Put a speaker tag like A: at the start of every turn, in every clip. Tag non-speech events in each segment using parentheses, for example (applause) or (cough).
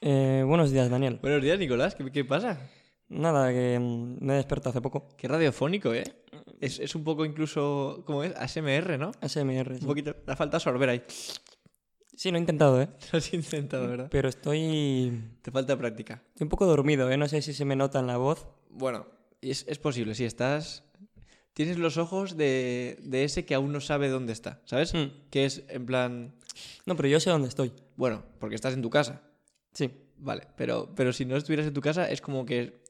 A: Eh, buenos días, Daniel.
B: Buenos días, Nicolás. ¿Qué, qué pasa?
A: Nada, que mm, me he despertado hace poco.
B: Qué radiofónico, ¿eh? Es, es un poco incluso, ¿cómo es? ASMR, ¿no?
A: ASMR.
B: Un
A: Sí.
B: poquito. La falta sorber ahí. (laughs)
A: Sí, no he intentado, ¿eh?
B: Lo has intentado, ¿verdad?
A: Pero estoy...
B: Te falta práctica.
A: estoy un poco dormido, ¿eh? No sé si se me nota en la voz.
B: Bueno, es, es posible, sí, estás... Tienes los ojos de, de ese que aún no sabe dónde está, ¿sabes?
A: Mm.
B: Que es en plan...
A: No, pero yo sé dónde estoy.
B: Bueno, porque estás en tu casa.
A: Sí.
B: Vale, pero, pero si no estuvieras en tu casa es como que...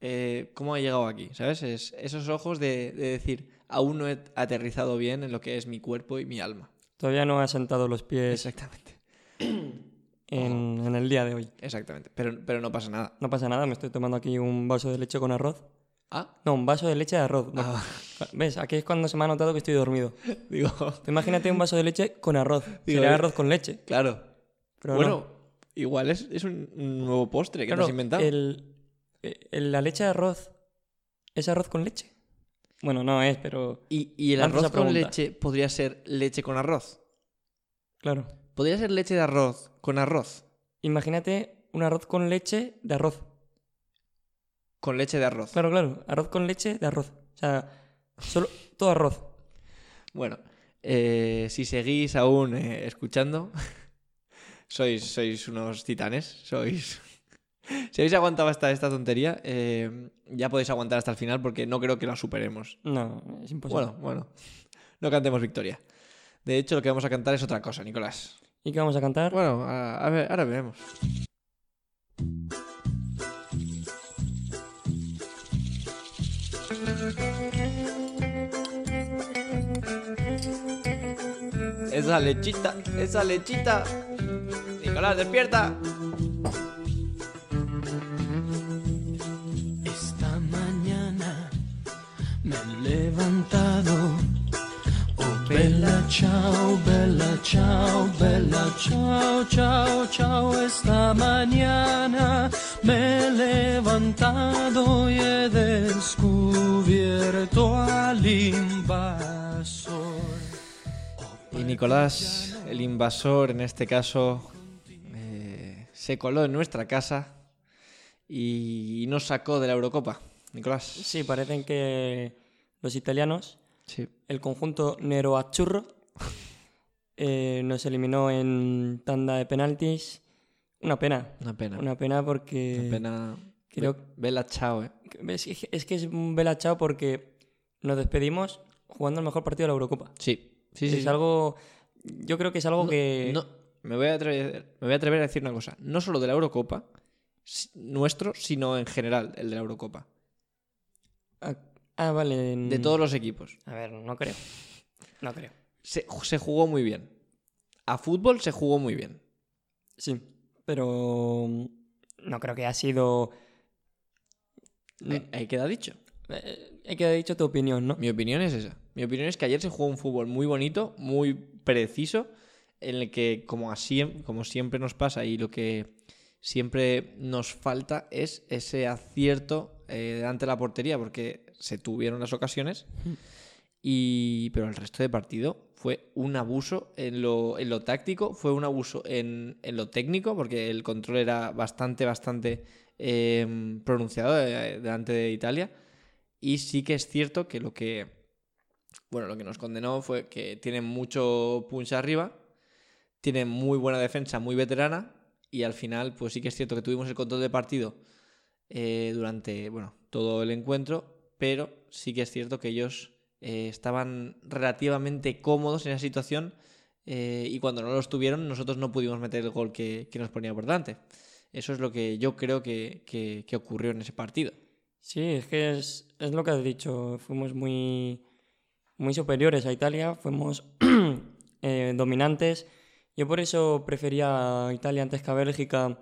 B: eh, ¿Cómo ha llegado aquí? ¿Sabes? Es esos ojos de, de decir, aún no he aterrizado bien en lo que es mi cuerpo y mi alma.
A: Todavía no he asentado los pies
B: Exactamente.
A: en, en el día de hoy.
B: Exactamente. Pero, pero no pasa nada.
A: No pasa nada, me estoy tomando aquí un vaso de leche con arroz.
B: Ah,
A: No, un vaso de leche de arroz. no.
B: (laughs) Ah.
A: ¿Ves? Aquí es cuando se me ha notado que estoy dormido.
B: digo,
A: Tú imagínate un vaso de leche con arroz.
B: Digo,
A: Sería
B: eh.
A: arroz con leche.
B: claro.
A: Pero
B: bueno,
A: no.
B: igual es, es un un nuevo postre que te
A: Claro,
B: has inventado.
A: el- eh, el- la leche de arroz es arroz con leche. Bueno, no es, pero
B: Y, y el
A: Lanza
B: arroz
A: esa
B: con
A: pregunta.
B: leche podría ser leche con arroz.
A: claro.
B: Podría ser leche de arroz con arroz.
A: Imagínate un arroz con leche de arroz.
B: Con leche de arroz.
A: Claro, claro. Arroz con leche de arroz. O sea, solo todo arroz.
B: Bueno, eh, si seguís aún eh, escuchando, (laughs) sois, sois unos titanes. Sois. (laughs) Si habéis aguantado hasta esta tontería, eh, ya podéis aguantar hasta el final porque no creo que la superemos.
A: No, es imposible.
B: Bueno, bueno. No cantemos victoria. De hecho, lo que vamos a cantar es otra cosa, Nicolás.
A: ¿Y qué vamos a cantar?
B: Bueno, a, a ver, ahora veremos. Esa lechita, esa lechita. Nicolás, despierta.
C: Esta mañana me he levantado. Oh, bella chao, bella chao, bella chao, chao, chao. Esta mañana me he levantado y he descubierto al invasor.
B: Y Nicolás, el invasor en este caso, eh, se coló en nuestra casa y nos sacó de la Eurocopa. Nicolás.
A: Sí, parecen que los italianos,
B: Sí.
A: el conjunto Neroachurro, (laughs) eh, nos eliminó en tanda de penaltis. Una pena.
B: Una pena. Una
A: Una pena porque...
B: pena.
A: creo-
B: Ve- Vela, chao, eh.
A: Es que, es que es un vela chao porque nos despedimos jugando el mejor partido de la Eurocopa.
B: Sí. Sí, sí.
A: es
B: sí.
A: algo. Yo creo que es algo
B: No-
A: que.
B: no, me, voy a atrever, me voy a atrever a decir una cosa. No solo de la Eurocopa, si- nuestro, sino en general, el de la Eurocopa.
A: Ah, ah, vale. en-
B: De todos los equipos.
A: A ver, no creo. No creo.
B: Se, se jugó muy bien. A fútbol se jugó muy bien.
A: Sí, pero. mm, No creo que ha sido.
B: Eh, Ahí queda dicho.
A: Eh, He quedado dicho tu opinión, ¿no?
B: Mi opinión es esa. Mi opinión es que ayer se jugó un fútbol muy bonito, muy preciso, en el que, como, así, como siempre nos pasa y lo que siempre nos falta es ese acierto eh, delante de la portería, porque se tuvieron las ocasiones, y, pero el resto de partido fue un abuso en lo, en lo táctico, fue un abuso en, en lo técnico, porque el control era bastante, bastante eh, pronunciado eh, delante de Italia. Y sí que es cierto que lo que. Bueno, lo que nos condenó fue que tienen mucho punch arriba, tienen muy buena defensa, muy veterana, y al final, pues sí que es cierto que tuvimos el control de partido eh, durante, bueno, todo el encuentro, pero sí que es cierto que ellos eh, estaban relativamente cómodos en esa situación eh, y cuando no los tuvieron, nosotros no pudimos meter el gol que, que nos ponía por delante. Eso es lo que yo creo que- que- que ocurrió en ese partido.
A: Sí, es que es, es lo que has dicho. Fuimos muy, muy superiores a Italia, fuimos (clears throat) eh, dominantes. Yo por eso prefería a Italia antes que a Bélgica.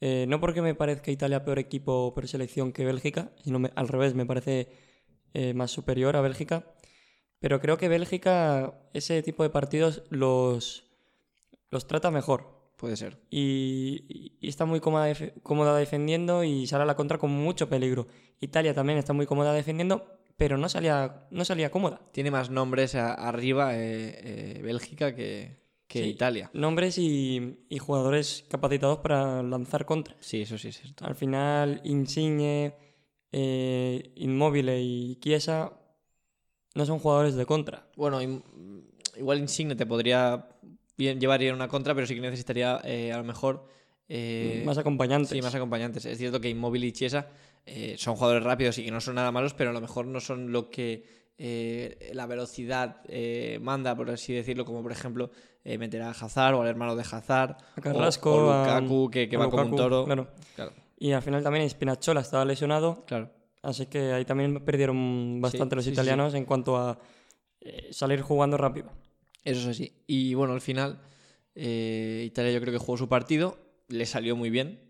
A: Eh, no porque me parezca Italia peor equipo o peor selección que Bélgica, sino me- al revés, me parece eh, más superior a Bélgica. Pero creo que Bélgica ese tipo de partidos los, los trata mejor
B: Puede ser.
A: y, y está muy cómoda, def- cómoda defendiendo y sale a la contra con mucho peligro. Italia también está muy cómoda defendiendo, pero no salía, no salía cómoda.
B: Tiene más nombres a- arriba eh, eh, Bélgica que, que
A: Sí.
B: Italia.
A: Nombres y, y jugadores capacitados para lanzar contras.
B: Sí, eso sí es cierto.
A: Al final, Insigne, eh, Inmóvil y Chiesa no son jugadores de contra.
B: Bueno, im- igual Insigne te podría bien llevar en una contra, pero sí que necesitaría eh, a lo mejor. eh,
A: más acompañantes.
B: Sí, más acompañantes. Es cierto que Inmóvil y Chiesa eh, son jugadores rápidos y que no son nada malos, pero a lo mejor no son lo que eh, la velocidad eh, manda, por así decirlo, como por ejemplo eh, meter a Hazard o al hermano de Hazard.
A: A
B: o-
A: Carrasco,
B: o,
A: a-
B: Lukaku, que, que
A: a
B: va como un
A: Lukaku,
B: toro.
A: claro.
B: claro.
A: Y al final también Spinazzola estaba lesionado,
B: claro.
A: así que ahí también perdieron bastante los
B: sí, sí, sí.
A: italianos en cuanto a eh, salir jugando rápido.
B: Eso es así. Y bueno, al final, eh, Italia yo creo que jugó su partido, le salió muy bien,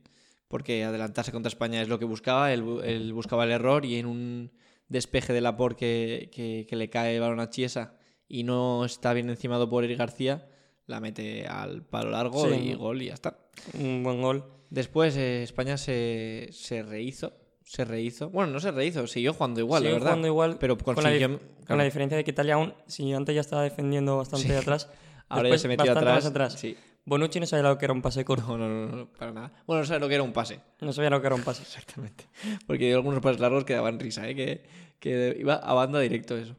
B: porque adelantarse contra España es lo que buscaba, él, bu- él buscaba el error y en un despeje de Laporte que, que, que le cae el balón a Chiesa y no está bien encimado por Eric García, la mete al palo largo
A: Sí.
B: y gol y ya está.
A: Un buen gol.
B: Después eh, España se, se rehizo, se rehizo. Bueno, no se rehizo, siguió jugando igual,
A: Siguió
B: la verdad.
A: jugando igual,
B: pero
A: con la, dif-
B: consiguió...
A: con
B: claro,
A: la diferencia de que Italia aún, si antes ya estaba defendiendo bastante
B: Sí.
A: atrás,
B: (laughs) ahora ya
A: después
B: se metió
A: bastante
B: atrás.
A: más atrás.
B: Sí.
A: Bonucci no sabía lo que era un pase corto,
B: No, no, no, no, para nada. Bueno, no sabes lo que era un pase. (laughs)
A: no sabía lo que era un pase.
B: Exactamente. Porque dio algunos pases largos que daban risa, ¿eh? que, que iba a banda directo eso.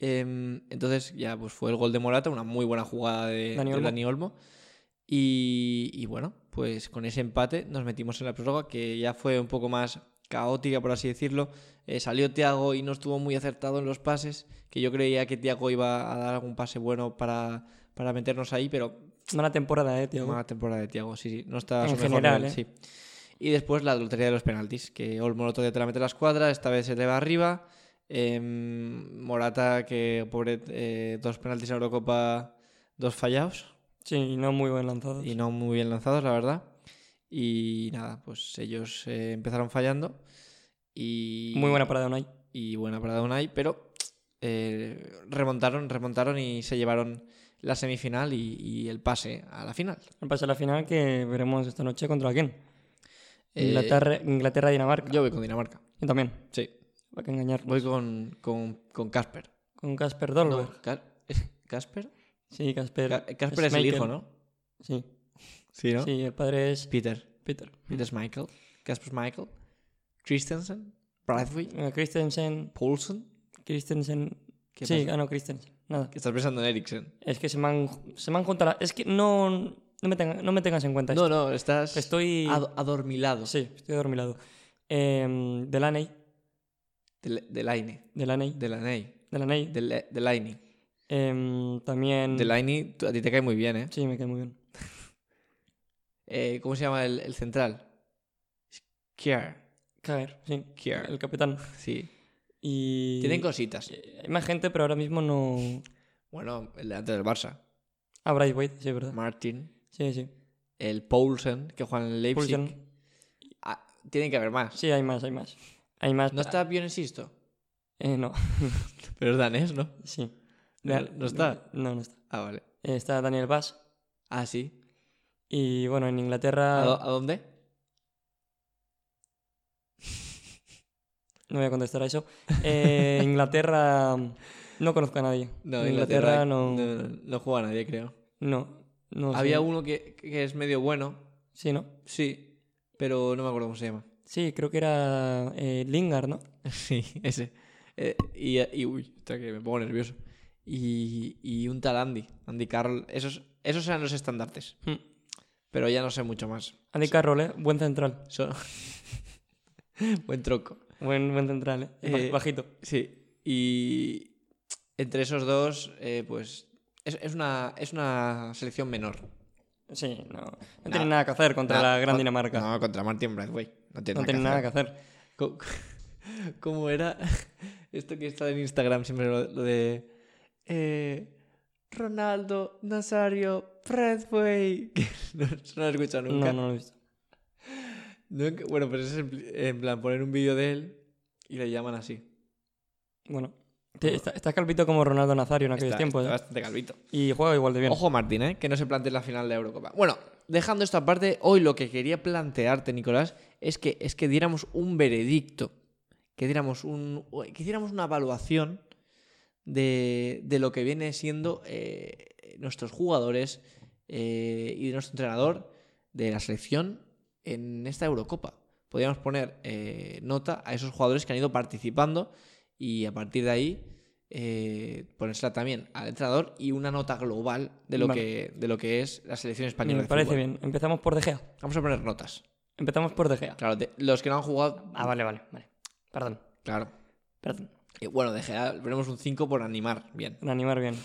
B: Em, entonces ya pues fue el gol de Morata, una muy buena jugada de
A: Dani
B: de
A: Olmo.
B: Dani Olmo. Y, y bueno, pues con ese empate nos metimos en la prórroga que ya fue un poco más caótica, por así decirlo. Eh, salió Tiago y no estuvo muy acertado en los pases, que yo creía que Tiago iba a dar algún pase bueno para, para meternos ahí, pero
A: Mala temporada, eh, tío.
B: Mala temporada de Tiago, sí, sí. No está a
A: En
B: su mejor
A: general,
B: nivel,
A: ¿eh?
B: sí. Y después la lotería de los penaltis, que Olmo el otro día te la mete a la escuadra, esta vez se te va arriba. Em, Morata, que pobre, eh, dos penaltis en Eurocopa, dos fallados
A: Sí, no muy buen lanzado.
B: y no muy bien lanzados, la verdad. Y nada, pues ellos eh, empezaron fallando. Y,
A: Muy buena parada, Unai.
B: y buena parada de Unai, pero eh, remontaron, remontaron y se llevaron la semifinal y- y el pase a la final.
A: El pase a la final que veremos esta noche contra quién.
B: Eh,
A: Inglaterra- Inglaterra-Dinamarca.
B: Yo voy con Dinamarca.
A: Yo también,
B: Sí.
A: para que engañar.
B: Voy con, con, con Casper.
A: Con Casper
B: No,
A: Dolberg.
B: Ca- ¿es ¿Casper?
A: Sí, Casper.
B: Ca- Casper es el
A: Schmeichel.
B: hijo, ¿no?
A: Sí.
B: Sí,
A: sí, Mm. el padre es
B: Peter.
A: Peter.
B: Peter Michael. Casper Michael. Christensen. Bradley.
A: Eh, Christensen.
B: Paulson.
A: Christensen.
B: ¿Qué
A: sí,
B: pasa?
A: ah, no, Christensen. Nada.
B: Estás pensando en Eriksen.
A: Es que se me han, se me han juntado. la- Es que no, no, me tenga- no me tengas en cuenta.
B: No, ah,
A: esto.
B: no, estás
A: Estoy.
B: ad- adormilado
A: Sí, estoy adormilado. Eh, Delaney.
B: del Delaine.
A: Delaney.
B: Delaney.
A: Delaney.
B: Del- Delaine.
A: Em, también.
B: Delaine, tú- a ti te cae muy bien, ¿eh?
A: Sí, me cae muy bien.
B: Eh, ¿Cómo se llama el, el central? Kier.
A: Caer, sí.
B: Kier.
A: El capitán.
B: Sí.
A: Y.
B: Tienen cositas.
A: Eh, Hay más gente, pero ahora mismo no.
B: Bueno, el delante del Barça.
A: Ah, Bryce Wade, sí, verdad.
B: Martin.
A: Sí, sí.
B: el Poulsen, que juega en el Leipzig.
A: Pulsen.
B: Ah, tiene que haber más.
A: Sí, hay más, hay más. Hay más.
B: ¿No está Bionesisto?
A: Eh, no,
B: Pero es danés, ¿no?
A: sí.
B: No-
A: Da-
B: no está.
A: No, no está.
B: Ah, vale.
A: Eh, Está Daniel Bass.
B: Ah, sí.
A: Y bueno, en
B: ¿A,
A: Inglaterra.
B: do- a dónde?
A: No voy a contestar a eso. Eh, Inglaterra. (laughs) No conozco a nadie.
B: No,
A: En Inglaterra, no.
B: No, no, no juega nadie, creo.
A: No. no sé.
B: Había uno que, que es medio bueno,
A: Sí, ¿no?
B: sí, pero no me acuerdo cómo se llama. (laughs)
A: Sí, creo que era eh, Lingard, ¿no?
B: Sí, ese. Eh, y, y- uy, hostia, que me pongo nervioso. Y, y un tal Andy, Andy Carroll. Esos, esos eran los estandartes,
A: Mm.
B: pero ya no sé mucho más.
A: Andy Carroll, ¿eh? Buen central.
B: Son- (laughs) Buen troco.
A: Buen, buen central, ¿eh? Baj-
B: Eh,
A: Bajito.
B: Sí, y entre esos dos, eh, pues es, es una, es una selección menor.
A: Sí, no. No
B: nada.
A: tiene nada que hacer contra
B: Nada,
A: la gran
B: con-
A: Dinamarca.
B: No, contra Martin Bradway. No tiene,
A: no tiene nada que hacer.
B: Co- (laughs) ¿Cómo era (laughs) esto que está en Instagram siempre lo, lo de eh, Ronaldo, Nazario, Bradway? (laughs) que no, eso no lo he escuchado
A: No,
B: nunca.
A: no lo he visto.
B: Nunca- Bueno, pues es en, pl- en plan poner un vídeo de él y le llaman así.
A: Bueno, te- está- estás calvito como Ronaldo Nazario en aquellos
B: Está-
A: tiempos.
B: está
A: ¿eh?
B: bastante calvito.
A: Y juega igual de bien.
B: Ojo Martín, ¿eh? que no se plantee la final de Eurocopa. Bueno, dejando esto aparte, hoy lo que quería plantearte, Nicolás, es que, es que diéramos un veredicto, que diéramos, un, que diéramos una evaluación de, de lo que viene siendo eh, nuestros jugadores eh, y de nuestro entrenador de la selección en esta Eurocopa. Podríamos poner eh, nota a esos jugadores que han ido participando y a partir de ahí eh, ponérsela también al entrenador y una nota global de lo,
A: Vale.
B: que, de lo que es la selección española.
A: Me
B: de
A: parece
B: fútbol.
A: bien. Empezamos por De Gea.
B: Vamos a poner notas.
A: Empezamos por De Gea.
B: Claro, de- los que no han jugado.
A: Ah, vale, vale, vale. Perdón,
B: Claro.
A: perdón.
B: Y bueno, de general, veremos un 5 por animar. Bien.
A: En animar bien.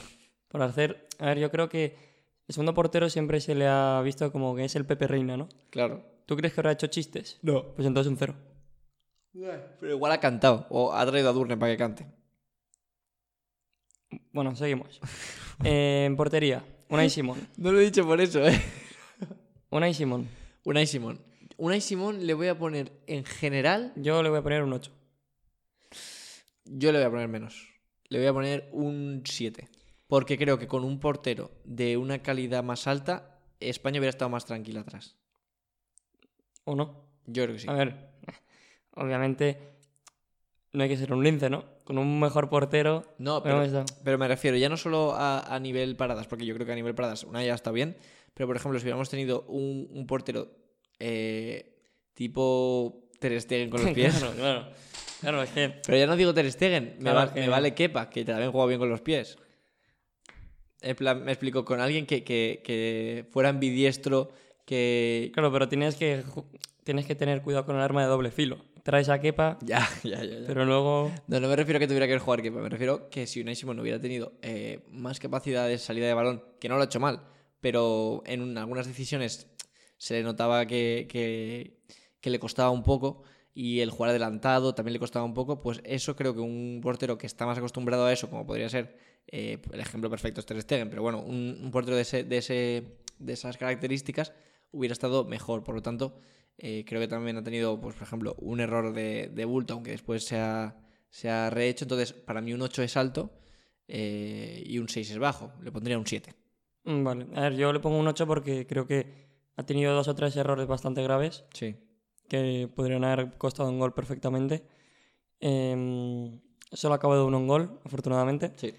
A: Por hacer. A ver, yo creo que el segundo portero siempre se le ha visto como que es el Pepe Reina, ¿no?
B: Claro.
A: ¿Tú crees que habrá hecho chistes?
B: No.
A: Pues entonces un cero.
B: Pero igual ha cantado. O ha traído a Durne para que cante.
A: Bueno, (laughs) seguimos. Eh, en portería, Unai Simón.
B: No lo he dicho por eso, ¿eh? (laughs)
A: Unai Simón.
B: Unai Simón. Unai Simón le voy a poner en general.
A: Yo le voy a poner un 8.
B: Yo le voy a poner menos. Le voy a poner un 7. Porque creo que con un portero de una calidad más alta, España hubiera estado más tranquila atrás.
A: ¿O no?
B: Yo creo que sí.
A: A ver, (laughs) obviamente no hay que ser un lince, ¿no? Con un mejor portero.
B: No,
A: Pero,
B: pero, Pero me refiero ya no solo a, a nivel paradas, porque yo creo que a nivel paradas una ya está bien, pero por ejemplo, si hubiéramos tenido un, un portero eh, tipo Ter Stegen con los pies.
A: claro, claro. Claro, es que.
B: Pero ya no digo Ter Stegen, me,
A: Claro,
B: va-
A: que-
B: me vale Kepa, que también juega bien con los pies. En plan, me explico, con alguien que, que, que fuera ambidiestro, que...
A: Claro, pero tienes que, ju- tienes que tener cuidado con el arma de doble filo. Traes a Kepa,
B: (laughs) Ya, ya, ya. ya.
A: pero luego.
B: No, no me refiero a que tuviera que jugar Kepa, me refiero que si Unai Simón hubiera tenido eh, más capacidad de salida de balón, que no lo ha hecho mal, pero en un- algunas decisiones se le notaba que, que- que le costaba un poco y el jugar adelantado también le costaba un poco, pues eso creo que un portero que está más acostumbrado a eso, como podría ser eh, el ejemplo perfecto es Ter Stegen, pero bueno, un, un portero de, ese- de, ese- de esas características hubiera estado mejor, por lo tanto... eh, creo que también ha tenido, pues, por ejemplo, un error de, de bulto, aunque después se ha, se ha rehecho. Entonces, para mí un 8 es alto eh, y un 6 es bajo. Le pondría un 7.
A: Mm, Vale, a ver, yo le pongo un 8 porque creo que ha tenido dos o tres errores bastante graves
B: Sí.
A: que podrían haber costado un gol perfectamente. Em, solo ha acabado uno en gol, afortunadamente.
B: Sí.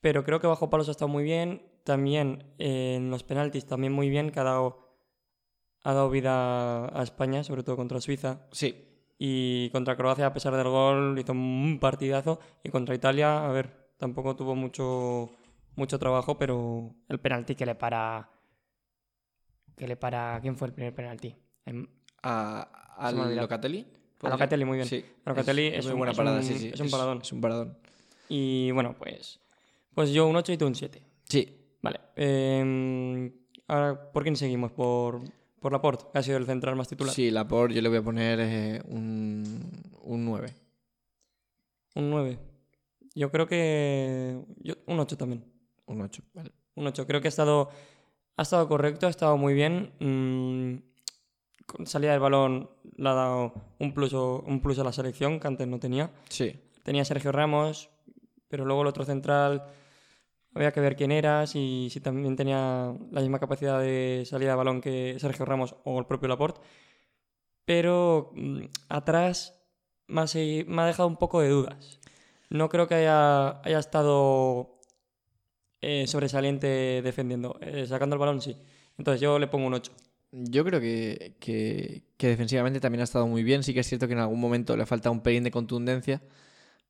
A: pero creo que bajo palos ha estado muy bien. También eh, en los penaltis, también muy bien, que ha dado, ha dado vida a España, sobre todo contra Suiza.
B: Sí.
A: Y contra Croacia, a pesar del gol, hizo un partidazo. Y contra Italia, a ver, tampoco tuvo mucho, mucho trabajo, pero el penalti que le para... Que le para... ¿Quién fue el primer penalti? Em,
B: A,
A: Se me ha
B: al
A: olvidado.
B: Locatelli.
A: A
B: ¿podría?
A: Locatelli, muy bien.
B: Sí.
A: A Locatelli es
B: muy
A: un-
B: buena
A: es
B: parada,
A: un-
B: sí, sí.
A: es un paradón.
B: Es un paradón.
A: Y bueno, pues... Pues yo un 8 y tú un 7.
B: Sí.
A: Vale. em, ahora, ¿por quién seguimos? Por, por Laporte, que ha sido el central más titular.
B: Sí, la por yo le voy a poner eh, un, un 9.
A: Un 9. Yo creo que. yo- un 8 también.
B: Un 8. Vale.
A: Un 8. Creo que ha estado. Ha estado correcto, ha estado muy bien. mm, con salida del balón le ha dado un plus, o- un plus a la selección que antes no tenía.
B: Sí.
A: Tenía Sergio Ramos, pero luego el otro central había que ver quién era, si, si también tenía la misma capacidad de salida de balón que Sergio Ramos o el propio Laporte. Pero mm, atrás me ha, segui- me ha dejado un poco de dudas. No creo que haya, haya estado eh, sobresaliente defendiendo. Eh, sacando el balón, sí. Entonces yo le pongo un 8.
B: Yo creo que, que- que defensivamente también ha estado muy bien. Sí que es cierto que en algún momento le ha faltado un pelín de contundencia,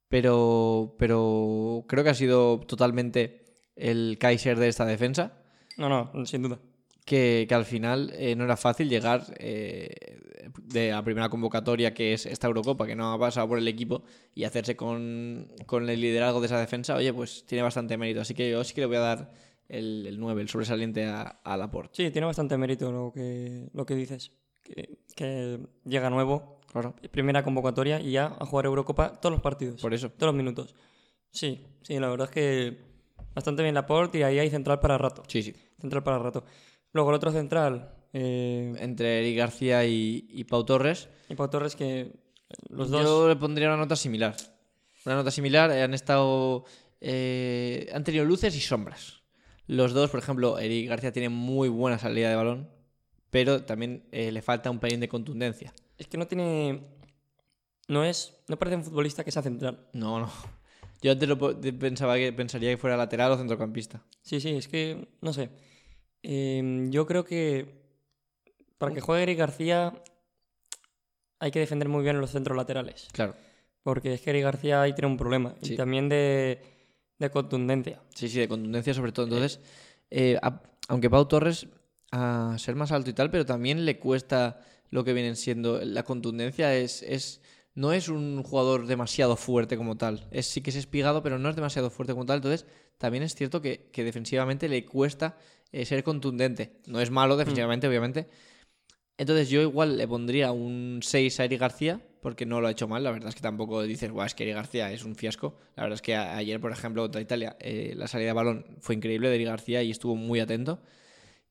B: pero, pero creo que ha sido totalmente el Kaiser de esta defensa,
A: No, no, sin duda.
B: que, que al final eh, no era fácil llegar eh, de la primera convocatoria que es esta Eurocopa, que no ha pasado por el equipo, y hacerse con, con el liderazgo de esa defensa, oye, pues tiene bastante mérito. Así que yo sí que le voy a dar el, el 9, el sobresaliente a, a Laporte.
A: Sí, tiene bastante mérito lo que, lo que dices. Que, que llega nuevo,
B: Claro.
A: primera convocatoria y ya a jugar Eurocopa todos los partidos,
B: Por eso.
A: todos los minutos. Sí, sí, la verdad es que bastante bien Laporte y ahí hay central para rato.
B: Sí, sí.
A: Central para rato. Luego el otro central, eh,
B: entre Eric García y, y Pau Torres.
A: y Pau Torres, que eh, los
B: yo
A: dos.
B: le pondría una nota similar. Una nota similar, eh, han estado. eh, han tenido luces y sombras. Los dos, por ejemplo, Eric García tiene muy buena salida de balón, pero también eh, le falta un pelín de contundencia.
A: Es que no tiene. No es. No parece un futbolista que sea central.
B: No, no. Yo antes lo po- de- pensaba que pensaría que fuera lateral o centrocampista.
A: Sí, sí, es que. No sé. Eh, yo creo que para que juegue Eric García hay que defender muy bien los centros laterales.
B: Claro.
A: Porque es que Eric García ahí tiene un problema.
B: Sí.
A: Y también de, de contundencia.
B: Sí, sí, de contundencia sobre todo. Entonces, eh, a- aunque Pau Torres a ser más alto y tal, pero también le cuesta lo que vienen siendo. La contundencia es, es no es un jugador demasiado fuerte como tal. Es, sí que es espigado, pero no es demasiado fuerte como tal. Entonces, también es cierto que, que defensivamente le cuesta eh, ser contundente. No es malo defensivamente, obviamente. Entonces yo igual le pondría un 6 a Eric García, porque no lo ha hecho mal. La verdad es que tampoco dices, guau, es que Eric García es un fiasco. La verdad es que a- ayer, por ejemplo, contra Italia, eh, la salida de balón fue increíble de Eric García y estuvo muy atento.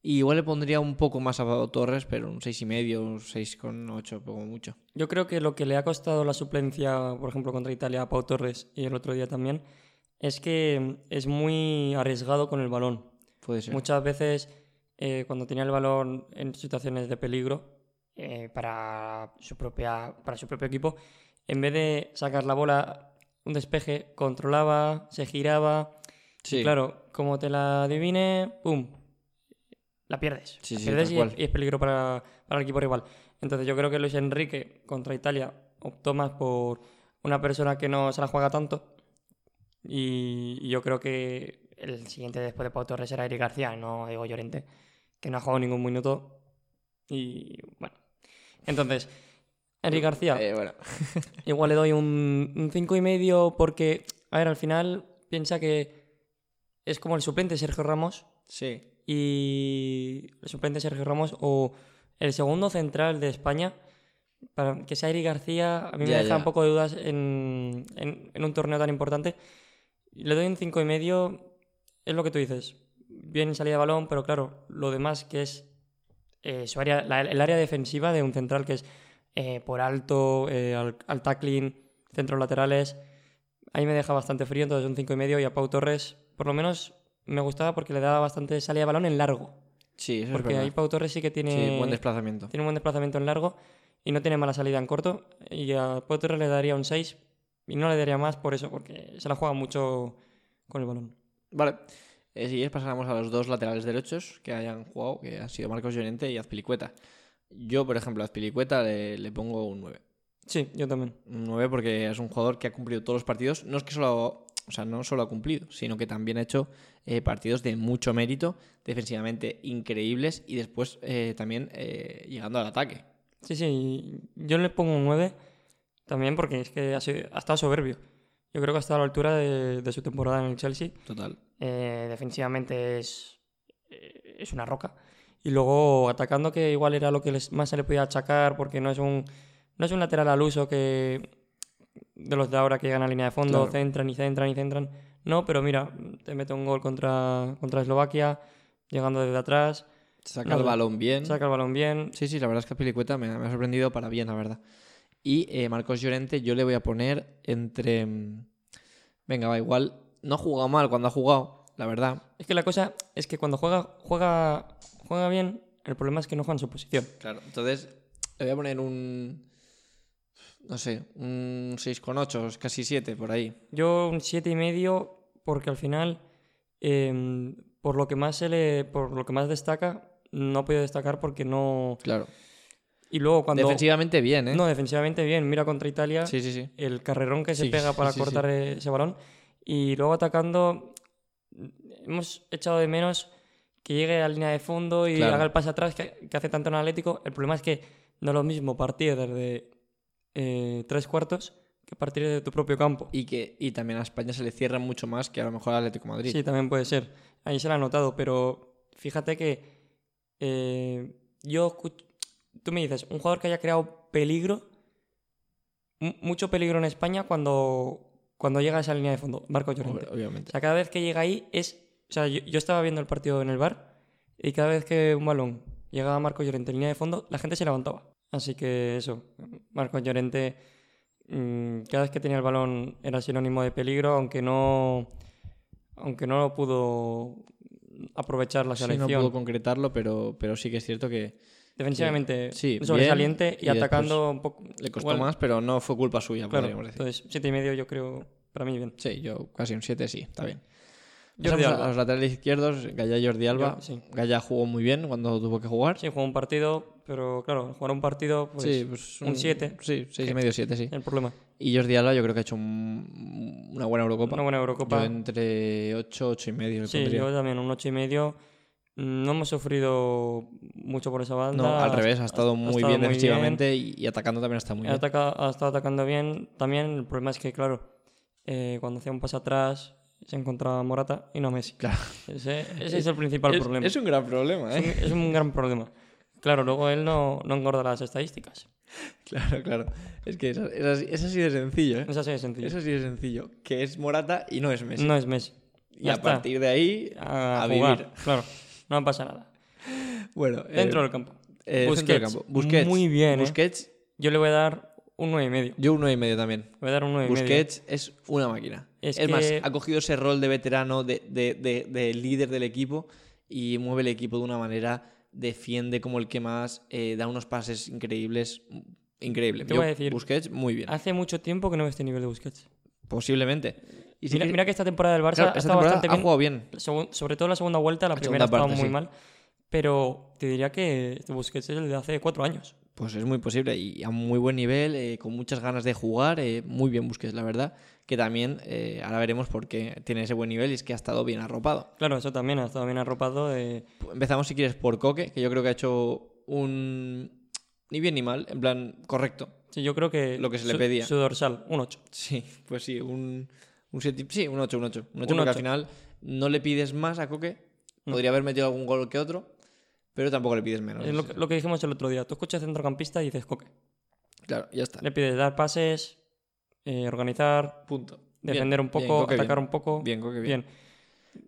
B: Y igual le pondría un poco más a Pau Torres, pero un 6,5, un 6,8, como mucho.
A: Yo creo que lo que le ha costado la suplencia, por ejemplo, contra Italia a Pau Torres y el otro día también, es que mm, es muy arriesgado con el balón.
B: Puede ser.
A: Muchas veces, eh, cuando tenía el balón en situaciones de peligro eh, para, su propia, para su propio equipo, en vez de sacar la bola, un despeje, controlaba, se giraba.
B: Sí,
A: Y claro, como te la adivine, ¡pum! La pierdes.
B: Sí,
A: La
B: sí,
A: pierdes
B: tal
A: y,
B: cual.
A: y es peligro para, para el equipo rival. Entonces yo creo que Luis Enrique contra Italia optó más por una persona que no se la juega tanto. Y, y yo creo que el siguiente después de Pau Torres era Eric García, no Diego Llorente, que no ha jugado ningún minuto. Y bueno. Entonces, Eric García.
B: Eh, bueno.
A: Igual le doy un, un cinco y medio porque, a ver, al final piensa que es como el suplente Sergio Ramos
B: Sí,
A: y el suplente Sergio Ramos o el segundo central de España, para que sea Eri García, a mí
B: Ya,
A: me deja
B: ya.
A: un poco de dudas en, en- en un torneo tan importante. Le doy un cinco y medio, es lo que tú dices, bien en salida de balón, pero claro, lo demás que es eh, su área, la- el área defensiva de un central que es eh, por alto, eh, al, al tackling, centros laterales. Ahí me deja bastante frío, entonces un 5 y medio y a Pau Torres, por lo menos me gustaba porque le daba bastante salida de balón en largo.
B: sí, eso
A: Porque
B: es
A: ahí
B: verdad.
A: Pau Torres sí que tiene,
B: Sí, buen desplazamiento.
A: tiene un buen desplazamiento en largo y no tiene mala salida en corto. Y a Pau Torres le daría un 6 y no le daría más por eso, porque se la juega mucho con el balón.
B: Vale. Eh, si quieres pasamos a los dos laterales derechos que hayan jugado, que han sido Marcos Llorente y Azpilicueta. Yo, por ejemplo, a Azpilicueta le, le pongo un 9.
A: Sí, yo también.
B: Un 9 porque es un jugador que ha cumplido todos los partidos. No es que solo, o sea, no solo ha cumplido, sino que también ha hecho eh, partidos de mucho mérito, defensivamente increíbles y después eh, también eh, llegando al ataque.
A: Sí, sí, yo le pongo un 9 también porque es que ha, sido- ha estado soberbio. Yo creo que ha estado a la altura de- de su temporada en el Chelsea.
B: Total.
A: eh, defensivamente es, eh, es una roca. Y luego atacando, que igual era lo que les- más se le podía achacar, porque no es un, no es un lateral al uso que de los de ahora que llegan a línea de fondo,
B: Claro.
A: centran y centran y centran. No, pero mira, te mete un gol contra, contra Eslovaquia, llegando desde atrás,
B: Saca
A: Nada.
B: el balón bien.
A: saca el balón bien.
B: Sí, sí, la verdad es que Azpilicueta me, ha- me ha sorprendido para bien, la verdad. Y eh, Marcos Llorente yo le voy a poner entre... mm, Venga, va, igual no ha jugado mal cuando ha jugado, la verdad.
A: Es que la cosa es que cuando juega, juega, juega bien, el problema es que no juega en su posición.
B: Claro, entonces le voy a poner un... No sé, un 6,8, casi 7, por ahí.
A: Yo un siete y medio porque al final em, por lo que más se le por lo que más destaca no ha podido destacar porque no
B: Claro.
A: y luego cuando
B: Defensivamente bien, ¿eh?
A: no defensivamente bien mira contra Italia
B: Sí, sí, sí.
A: el carrerón que se
B: Sí,
A: pega para
B: sí, sí.
A: cortar e, ese balón y luego atacando hemos echado de menos que llegue a línea de fondo y
B: Claro.
A: haga el pase atrás que, que hace tanto en Atlético el problema es que no es lo mismo partir desde eh, tres cuartos que partir de tu propio campo
B: Y, que, y también a España se le cierra mucho más que a lo mejor al Atlético de Madrid.
A: Sí, también puede ser. Ahí se lo ha notado, pero fíjate que eh, yo escuch- Tú me dices, un jugador que haya creado peligro, mu- mucho peligro en España cuando, cuando llega a esa línea de fondo, Marcos Llorente.
B: Ob- Obviamente.
A: O sea, cada vez que llega ahí es... O sea, yo, yo estaba viendo el partido en el bar y cada vez que un balón llegaba a Marcos Llorente en línea de fondo, la gente se levantaba. Así que eso, Marcos Llorente mm, cada vez que tenía el balón era sinónimo de peligro, aunque no, aunque no lo pudo aprovechar la
B: Sí, no
A: selección.
B: pudo concretarlo, pero, pero sí que es cierto que
A: Defensivamente
B: Sí,
A: sobresaliente
B: bien,
A: y,
B: y
A: atacando un poco...
B: le costó
A: igual-
B: más, pero no fue culpa suya,
A: Claro,
B: podríamos decir.
A: entonces siete y medio yo creo, para mí bien.
B: Sí, yo casi un 7 sí, está bien.
A: Jordi
B: Pasamos a-
A: Alba.
B: A los laterales izquierdos, Gallá y Jordi Alba.
A: Yo- sí.
B: Gallá jugó muy bien cuando tuvo que jugar.
A: Sí, jugó un partido, pero claro, jugar un partido, pues,
B: Sí, pues
A: un 7.
B: Sí, seis y medio, siete, sí.
A: el problema.
B: Y Jordi Alba yo creo que ha hecho un- una buena Eurocopa.
A: Una buena Eurocopa.
B: Yo entre 8, 8 y medio le
A: Sí,
B: pondría.
A: yo también, un 8 y medio. Mm, No hemos sufrido mucho por esa banda.
B: No, al
A: Ha-
B: revés, ha estado muy
A: estado
B: bien
A: muy
B: defensivamente y- y atacando también está muy
A: Ha,
B: bien.
A: ataca- ha estado atacando bien. También el problema es que, claro, eh, cuando hacía un pase atrás se encontraba Morata y no Messi.
B: Claro.
A: Ese, ese es el principal
B: es,
A: problema.
B: es un gran problema, ¿eh? (laughs)
A: Es un- es un gran problema. Claro, luego él no, no engorda las estadísticas.
B: Claro, claro. Es que es, es así, es así de sencillo, ¿eh?
A: Es así de sencillo.
B: Es así de sencillo. Que es Morata y no es Messi.
A: No es Messi.
B: y
A: ya
B: a
A: está.
B: partir de ahí,
A: A,
B: a,
A: jugar,
B: vivir.
A: Claro, no pasa nada.
B: Bueno, eh,
A: Dentro del campo.
B: eh, centro del
A: Busquets.
B: campo. Busquets.
A: Muy bien, ¿eh?
B: Busquets,
A: Yo le voy a dar un 9,5. medio.
B: yo un 9 y medio también.
A: Voy a dar un 9,5.
B: Busquets es una máquina.
A: Es
B: Es, más,
A: que-
B: ha cogido ese rol de veterano, de, de- de- de líder del equipo y mueve el equipo de una manera, defiende como el que más, eh, da unos pases increíbles. Increíble.
A: Te voy a decir-
B: Busquets, muy bien.
A: Hace mucho tiempo que no veo este nivel de Busquets.
B: Posiblemente. Y sí
A: mira,
B: que-
A: mira que esta temporada del Barça ha
B: claro, esta
A: estado
B: temporada
A: bastante
B: ha
A: bien.
B: jugado bien.
A: Segun- sobre todo la segunda vuelta, la
B: La
A: primera
B: segunda
A: estaba
B: parte,
A: muy
B: sí.
A: mal. Pero te diría que este Busquets es el de hace cuatro años.
B: Pues es muy posible y a muy buen nivel, eh, con muchas ganas de jugar, eh, muy bien Busquets, la verdad, que también eh, ahora veremos por qué tiene ese buen nivel y es que ha estado bien arropado.
A: Claro, eso también ha estado bien arropado. De...
B: Empezamos, si quieres, por Coque, que yo creo que ha hecho un... ni bien ni mal, en plan, correcto. (laughs)
A: Sí, yo creo que.
B: Lo que se le
A: su-
B: pedía.
A: Su dorsal, un 8.
B: Sí, pues sí, un... un siete- sí, un 8, un 8. Un 8
A: Un
B: porque al
A: ocho. Mm.
B: final no le pides más a Coque,
A: No.
B: podría haber metido algún gol que otro, pero tampoco le pides menos.
A: Es lo, que- lo que dijimos el otro día. Tú escuchas centrocampista y dices coque.
B: Claro, ya está.
A: Le pides dar pases, eh, organizar,
B: Punto. Bien,
A: defender un
B: bien,
A: poco,
B: Coque, bien.
A: atacar un poco.
B: Bien, Coque, bien.
A: Bien.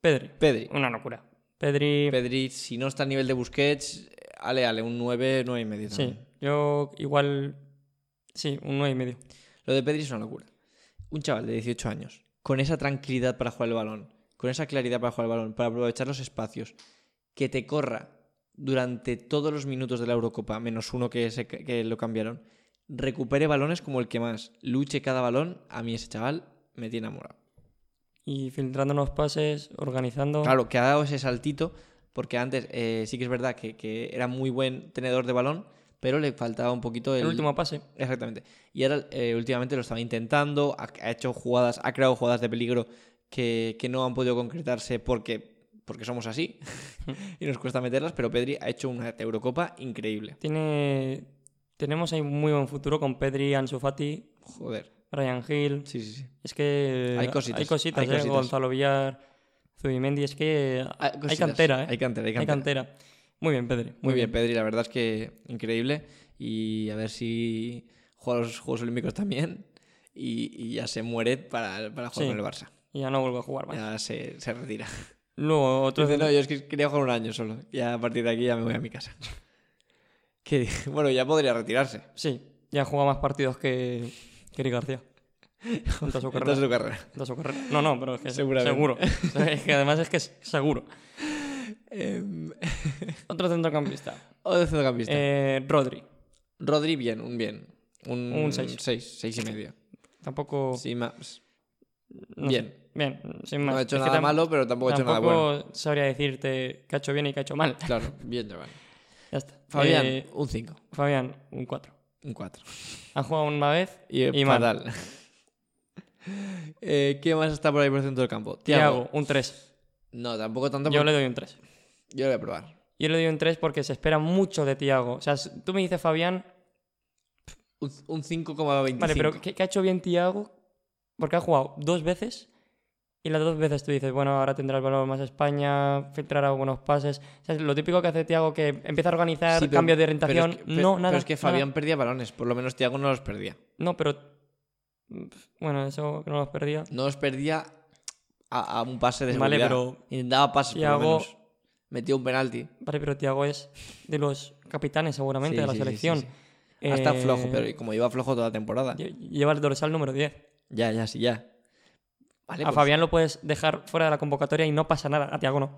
A: Pedri,
B: Pedri.
A: una locura. Pedri,
B: Pedri, si no está al nivel de Busquets, ale, ale, un 9, 9 y medio.
A: sí.
B: también.
A: Yo igual. Sí, un 9 y medio.
B: Lo de Pedri es una locura. Un chaval de 18 años, con esa tranquilidad para jugar el balón, con esa claridad para jugar el balón, para aprovechar los espacios, que te corra durante todos los minutos de la Eurocopa, menos uno que, se- que lo cambiaron, recupere balones como el que más, luche cada balón, a mí ese chaval me tiene enamorado.
A: Y filtrando los pases, organizando.
B: Claro, que ha dado ese saltito, porque antes eh, sí que es verdad que, que era muy buen tenedor de balón, pero le faltaba un poquito
A: el último pase.
B: Exactamente. Y ahora eh, últimamente lo estaba intentando, ha, ha hecho jugadas, ha creado jugadas de peligro que, que no han podido concretarse porque, porque somos así (laughs) y nos cuesta meterlas, pero Pedri ha hecho una Eurocopa increíble.
A: Tiene, tenemos ahí un muy buen futuro con Pedri, Ansu Fati,
B: Joder.
A: Ryan Hill.
B: Sí, sí, sí.
A: Es que
B: Hay cositas,
A: hay cositas,
B: hay
A: eh,
B: cositas.
A: Gonzalo Villar, Zubimendi. Es que
B: Hay
A: hay,
B: cositas,
A: cantera, ¿eh?
B: Hay cantera, hay
A: Hay
B: cantera.
A: cantera. Muy bien, Pedri.
B: Muy bien, Pedri, la verdad es que increíble. Y a ver si juega a los Juegos Olímpicos también y, y ya se muere para, para jugar
A: Sí.
B: con el Barça.
A: Y ya no vuelvo a jugar más.
B: Ya se, se retira.
A: Luego, otro.
B: Dice, no, yo es que quería jugar un año solo. Y a partir de aquí ya me voy a mi casa. (laughs) Que dije, bueno, ya
A: (laughs)
B: podría retirarse.
A: Sí, ya juega más partidos que, que Eric
B: (laughs)
A: García. En toda su
B: Esta es
A: carrera.
B: su carrera.
A: En toda su carrera. No, no, pero es que
B: Seguramente.
A: seguro. Es que además es que es seguro.
B: Em,
A: Otro centrocampista.
B: Otro centrocampista.
A: Eh, Rodri.
B: Rodri, bien, un bien. Un,
A: un seis.
B: 6, 6 y medio.
A: Tampoco.
B: Sí, más.
A: no sé.
B: bien.
A: Bien, sin más.
B: No ha hecho
A: Es que
B: nada
A: tam-
B: malo, pero tampoco ha hecho nada bueno.
A: tampoco sabría decirte que ha hecho bien y que ha hecho mal.
B: Claro,
A: (laughs)
B: bien, chaval.
A: Ya está.
B: Fabián,
A: Eh,
B: un 5,
A: Fabián, un 4.
B: un 4.
A: Ha jugado una vez
B: Y,
A: y mal.
B: fatal. (laughs) Eh, ¿Qué más está por ahí por el centro del campo?
A: Tiago, un 3.
B: No, pues- tampoco tanto.
A: Yo le
B: porque-
A: doy un 3.
B: Yo lo voy a probar.
A: Yo le doy un 3 porque se espera mucho de Tiago. O sea, si tú me dices Fabián,
B: Un, un 5,25.
A: vale, pero ¿qué, qué ha hecho bien Tiago? Porque ha jugado dos veces y las dos veces tú dices, bueno, ahora tendrá el valor más España, filtrar algunos pases. O sea, lo típico que hace Tiago que empieza a organizar
B: Sí, pero-
A: cambios de
B: pero es que-
A: orientación.
B: pe-
A: no, nada.
B: Pero es que
A: nada.
B: Fabián perdía balones, por lo menos Tiago no los perdía.
A: No, pero. mm, Bueno, eso que no los perdía.
B: No los perdía a, a un pase de
A: Vale,
B: seguridad.
A: pero-
B: Intentaba pases,
A: Thiago-
B: por lo menos. Metió un penalti.
A: Vale, pero Tiago es de los capitanes, seguramente,
B: Sí,
A: de la
B: sí, sí,
A: selección.
B: sí, sí. Ha estado
A: Eh,
B: flojo, pero como iba flojo toda la temporada.
A: lle- Lleva el dorsal número 10.
B: Ya, ya, sí, ya. Vale, pues
A: a Fabián lo puedes dejar fuera de la convocatoria y no pasa nada. A Tiago no.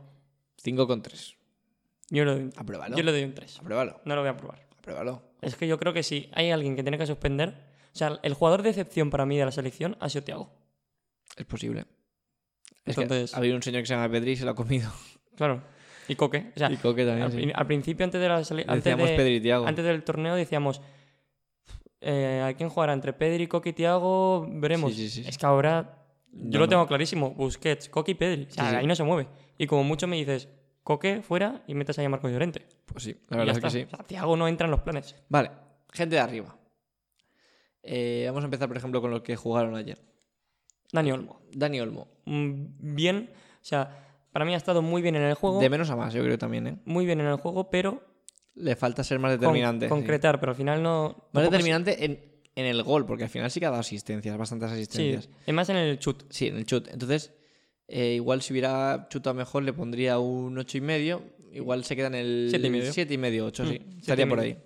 B: 5 con 3.
A: Yo le doy un,
B: Apruébalo.
A: yo le doy un 3.
B: Apruébalo.
A: No lo voy a probar.
B: Apruébalo.
A: Es que yo creo que si hay alguien que tiene que suspender. O sea, el jugador de excepción para mí de la selección ha sido Tiago.
B: Es posible. Es
A: Entonces-
B: que ha habido un señor que se llama Pedri y se lo ha comido.
A: Claro. Y Coque. O sea,
B: (laughs) Y Coque también.
A: al,
B: sí.
A: pri- al principio, antes, de la sali- antes
B: Decíamos
A: de-
B: Pedri y Thiago.
A: antes del torneo, decíamos. eh, ¿A quién jugará? ¿Entre Pedri, Coque y Thiago? Veremos.
B: Sí, sí, sí.
A: Es que ahora. Yo
B: Ya
A: lo
B: no.
A: tengo clarísimo. Busquets, Coque y Pedri. O sea,
B: Sí, sí.
A: ahí no se mueve. Y como mucho me dices, Coque fuera y metes ahí a Marco Llorente.
B: Pues sí, la
A: Y ya
B: verdad es que
A: está.
B: sí.
A: O sea, Thiago no entra en los planes.
B: Vale, gente de arriba. Eh, vamos a empezar, por ejemplo, con los que jugaron ayer.
A: Dani Olmo.
B: Dani Olmo.
A: mm, Bien. O sea, para mí ha estado muy bien en el juego.
B: De menos a más, yo creo también, ¿eh?
A: Muy bien en el juego, pero.
B: Le falta ser más
A: con-
B: determinante. sí.
A: concretar, pero al final no.
B: Más
A: tampoco es-
B: determinante en, en el gol, porque al final sí que ha dado asistencias, bastantes
A: Sí,
B: asistencias. Sí,
A: es más en el chut.
B: en el chut. Entonces, eh, igual si hubiera chutado mejor, le pondría un 8,5. Igual se queda en el
A: Siete y medio. Mm,
B: 7,5, 8, sí.
A: siete y
B: Estaría por
A: medio.
B: ahí.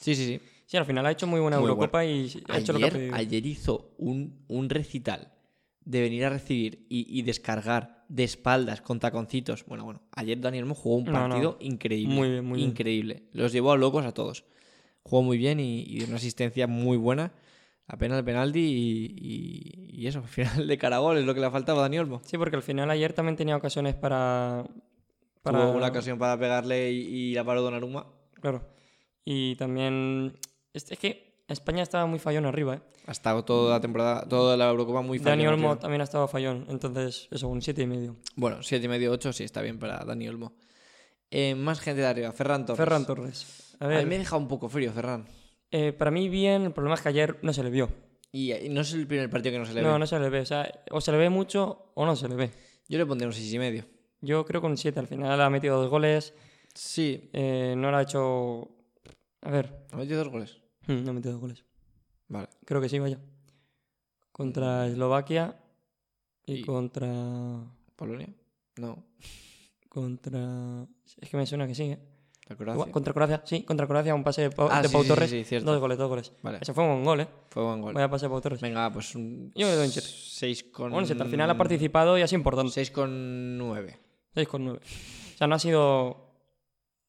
B: Sí, sí, sí.
A: Sí, al final ha hecho muy buena
B: Muy
A: Eurocopa y ha hecho lo que ha
B: Ayer,
A: pedido.
B: ayer hizo un, un recital de venir a recibir y, y descargar de espaldas con taconcitos. Bueno, bueno, ayer Dani Olmo jugó un
A: No, no.
B: partido increíble.
A: Muy bien, muy bien.
B: increíble. Los llevó a locos a todos. Jugó muy bien y, y dio una asistencia muy buena. Apenas el penalti y, y- y eso, (laughs) al final de Caragol es lo que le faltaba a Dani Olmo.
A: Sí, porque al final ayer también tenía ocasiones para. para
B: Tuvo una ocasión para pegarle y, y la paró Donnarumma.
A: Claro. Y también. Es, es que España estaba muy fallón arriba, ¿eh?
B: Ha estado toda la temporada, toda la Eurocopa muy
A: Dani
B: fallón,
A: Olmo
B: tío.
A: también ha estado fallón. Entonces, eso, un 7,5. y medio.
B: Bueno, 7,5, 8 sí está bien para Dani Olmo. Eh, más gente de arriba, Ferran Torres.
A: Ferran Torres. A
B: A,
A: ver,
B: mí me ha dejado un poco frío, Ferran.
A: eh, para mí bien, el problema es que ayer no se le vio.
B: Y, y no es el primer partido que no se le
A: No,
B: ve.
A: no se le ve. O sea, o se le ve mucho o no se le ve.
B: Yo le pondré un 6,5.
A: Yo creo que un 7. Al final ha metido dos goles.
B: Sí,
A: eh, no lo ha hecho. A ver,
B: ha metido dos goles.
A: mm, no ha metido dos goles.
B: Vale.
A: Creo que sí, vaya. Contra
B: Eh.
A: Eslovaquia y,
B: Y-
A: contra.
B: ¿Polonia? No.
A: Contra. Es que me suena que sí, ¿eh?
B: La Croacia.
A: Igual- Contra Croacia, sí, contra Croacia, un pase de, Pau,
B: Ah,
A: de
B: sí,
A: Pau
B: sí, sí,
A: Torres.
B: sí, cierto.
A: dos goles, dos goles.
B: Vale,
A: Ese fue un buen gol, ¿eh?
B: fue buen gol.
A: Vaya pase de Pau Torres.
B: Venga, pues un.
A: Yo le doy un siete.
B: 6 con.
A: Bueno, si al
B: mm.
A: final ha participado y ha sido importante.
B: 6 con 9.
A: 6,9. O sea, no ha sido.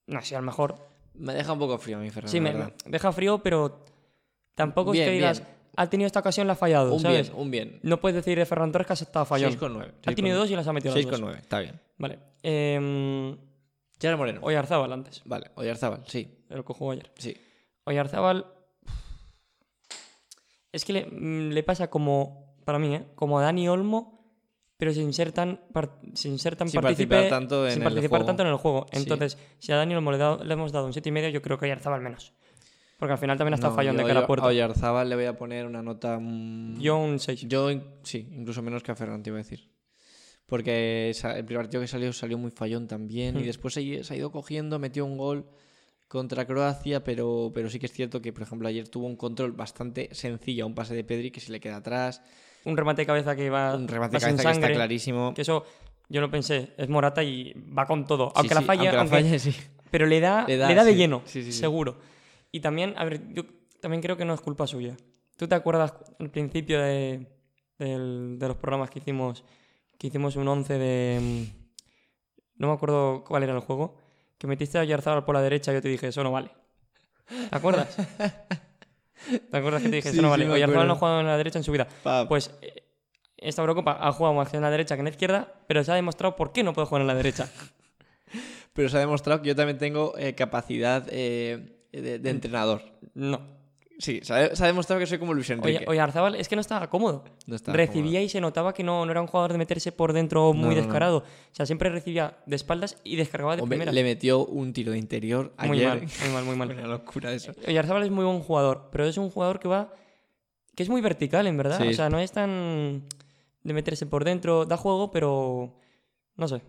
A: No ha sido el mejor.
B: Me deja un poco frío a mí, Ferran.
A: sí,
B: la
A: me,
B: verdad.
A: me deja frío, pero tampoco es
B: Bien,
A: que digas.
B: bien.
A: Ha tenido esta ocasión, la ha fallado,
B: Un
A: ¿sabes?
B: bien, un bien.
A: No puedes decir de Ferran Torres que has estado fallón.
B: 6 con 9.
A: Ha tenido dos y las ha metido las
B: 6
A: dos.
B: con 9, está bien.
A: Vale. Eh,
B: Gerard Moreno.
A: Oyarzábal antes,
B: Vale, Oyarzábal, sí,
A: el que jugó ayer.
B: sí.
A: Oyarzábal. Es que le, mm, le pasa como. Para mí, ¿eh? Como a Dani Olmo, pero sin ser tan, par- sin ser tan
B: Sin
A: partícipe-
B: participar tanto en
A: sin
B: el
A: participar
B: juego.
A: tanto en el juego.
B: Sí.
A: Entonces, si a Dani Olmo le, he dado- le hemos dado un 7,5, yo creo que Oyarzábal menos. Porque al final también ha estado
B: No,
A: fallón de
B: yo
A: cara
B: a-
A: a puerta.
B: A Oyarzábal le voy a poner una nota. mm,
A: Yo un 6.
B: yo in- sí, incluso menos que a Ferran, te iba a decir. Porque sa- el primer partido que salió salió muy fallón también. Y
A: Mm.
B: después se, se ha ido cogiendo, metió un gol contra Croacia, pero, pero sí que es cierto que, por ejemplo, ayer tuvo un control bastante sencillo, un pase de Pedri que se le queda atrás,
A: Un remate de cabeza que va.
B: un remate
A: va
B: de
A: sin
B: cabeza que está
A: sangre,
B: clarísimo.
A: que eso, yo lo pensé, es Morata y va con todo.
B: Sí,
A: Aunque la
B: sí,
A: falla,
B: aunque la falle, sí.
A: pero le da,
B: Le da,
A: le da de
B: sí.
A: lleno,
B: Sí, sí, sí.
A: seguro. Y también, a ver, yo también creo que no es culpa suya. ¿Tú te acuerdas al principio de, del- de los programas que hicimos, que hicimos un 11 de... mm, No me acuerdo cuál era el juego, que metiste a Yarzábal por la derecha y yo te dije, eso no vale. ¿Te
B: (laughs)
A: acuerdas? ¿Te acuerdas que te dije,
B: Sí,
A: eso no
B: sí,
A: vale?
B: me
A: Oyarzabal
B: acuerdo.
A: no ha jugado en la derecha en su vida. (laughs)
B: Pa-
A: Pues eh, esta Eurocopa ha jugado más en la derecha que en la izquierda, pero se ha demostrado por qué no puede jugar en la derecha.
B: Pero se ha demostrado que yo también tengo eh, capacidad eh, de,
A: Mm.
B: de entrenador.
A: No.
B: Sí, se ha, se ha demostrado que soy como Luis Enrique.
A: Oye, Arzabal es que no estaba cómodo.
B: No estaba
A: recibía
B: cómodo.
A: y se notaba que no, no era un jugador de meterse por dentro muy
B: No, no, no.
A: descarado. O sea, siempre recibía de espaldas y descargaba de
B: Hombre,
A: primera.
B: le metió un tiro de interior
A: Muy
B: ayer.
A: mal, muy mal, muy mal.
B: (laughs) Una locura eso.
A: Oyarzabal es muy buen jugador, pero es un jugador que va. que es muy vertical, en verdad.
B: Sí.
A: O sea, no es tan. de meterse por dentro, da juego, pero. no sé.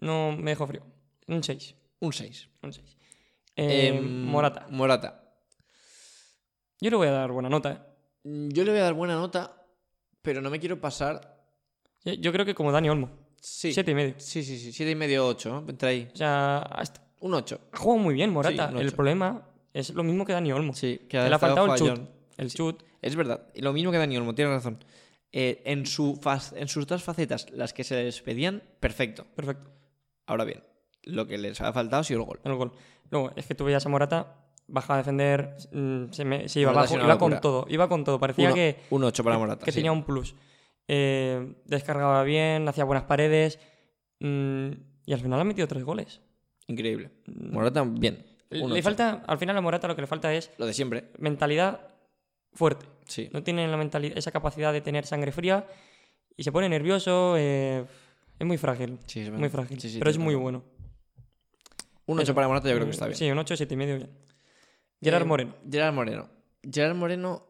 A: No me dejó frío. Un 6.
B: Un 6.
A: Un 6. Eh, Morata.
B: Em, Morata.
A: Yo le voy a dar buena nota, ¿eh?
B: Mm, Yo le voy a dar buena nota, pero no me quiero pasar.
A: Yo- Yo creo que como Dani Olmo.
B: Sí.
A: 7 y medio.
B: Sí, sí, sí. 7 y medio, 8. Entra ahí.
A: O sea, ha est-
B: Un 8.
A: ha jugado muy bien Morata.
B: Sí, un
A: el
B: ocho.
A: problema es lo mismo que Dani Olmo.
B: Sí, que
A: Le ha faltado el chut. El chut.
B: Es verdad. Y Lo mismo que Dani Olmo, tiene razón. Eh, en, su faz- en sus dos facetas, las que se les pedían, perfecto.
A: Perfecto.
B: Ahora bien, lo que les ha faltado ha sido el gol.
A: El gol. Luego, es que tú veías a Morata, baja a defender, mm, se, me- se iba
B: Morata
A: abajo,
B: es una
A: iba con
B: locura.
A: todo. Iba con todo. Parecía
B: Uno-
A: que,
B: un 8 para Morata.
A: que
B: sí.
A: tenía un plus. eh, descargaba bien, hacía buenas paredes mm, y al final ha metido tres goles.
B: Increíble. Morata, bien. Un
A: le
B: ocho.
A: falta, al final a Morata lo que le falta es
B: Lo de siempre.
A: mentalidad fuerte.
B: Sí.
A: No tiene la mentalidad, esa capacidad de tener sangre fría y se pone nervioso. eh, es muy frágil.
B: Sí, es verdad.
A: Muy frágil.
B: Sí, sí,
A: pero es muy
B: totalmente.
A: bueno.
B: Un 8 para Morata yo creo que está bien.
A: Sí, un 8, 7 y medio bien. Gerard
B: Mm, Eh,
A: Moreno.
B: Gerard Moreno. Gerard Moreno,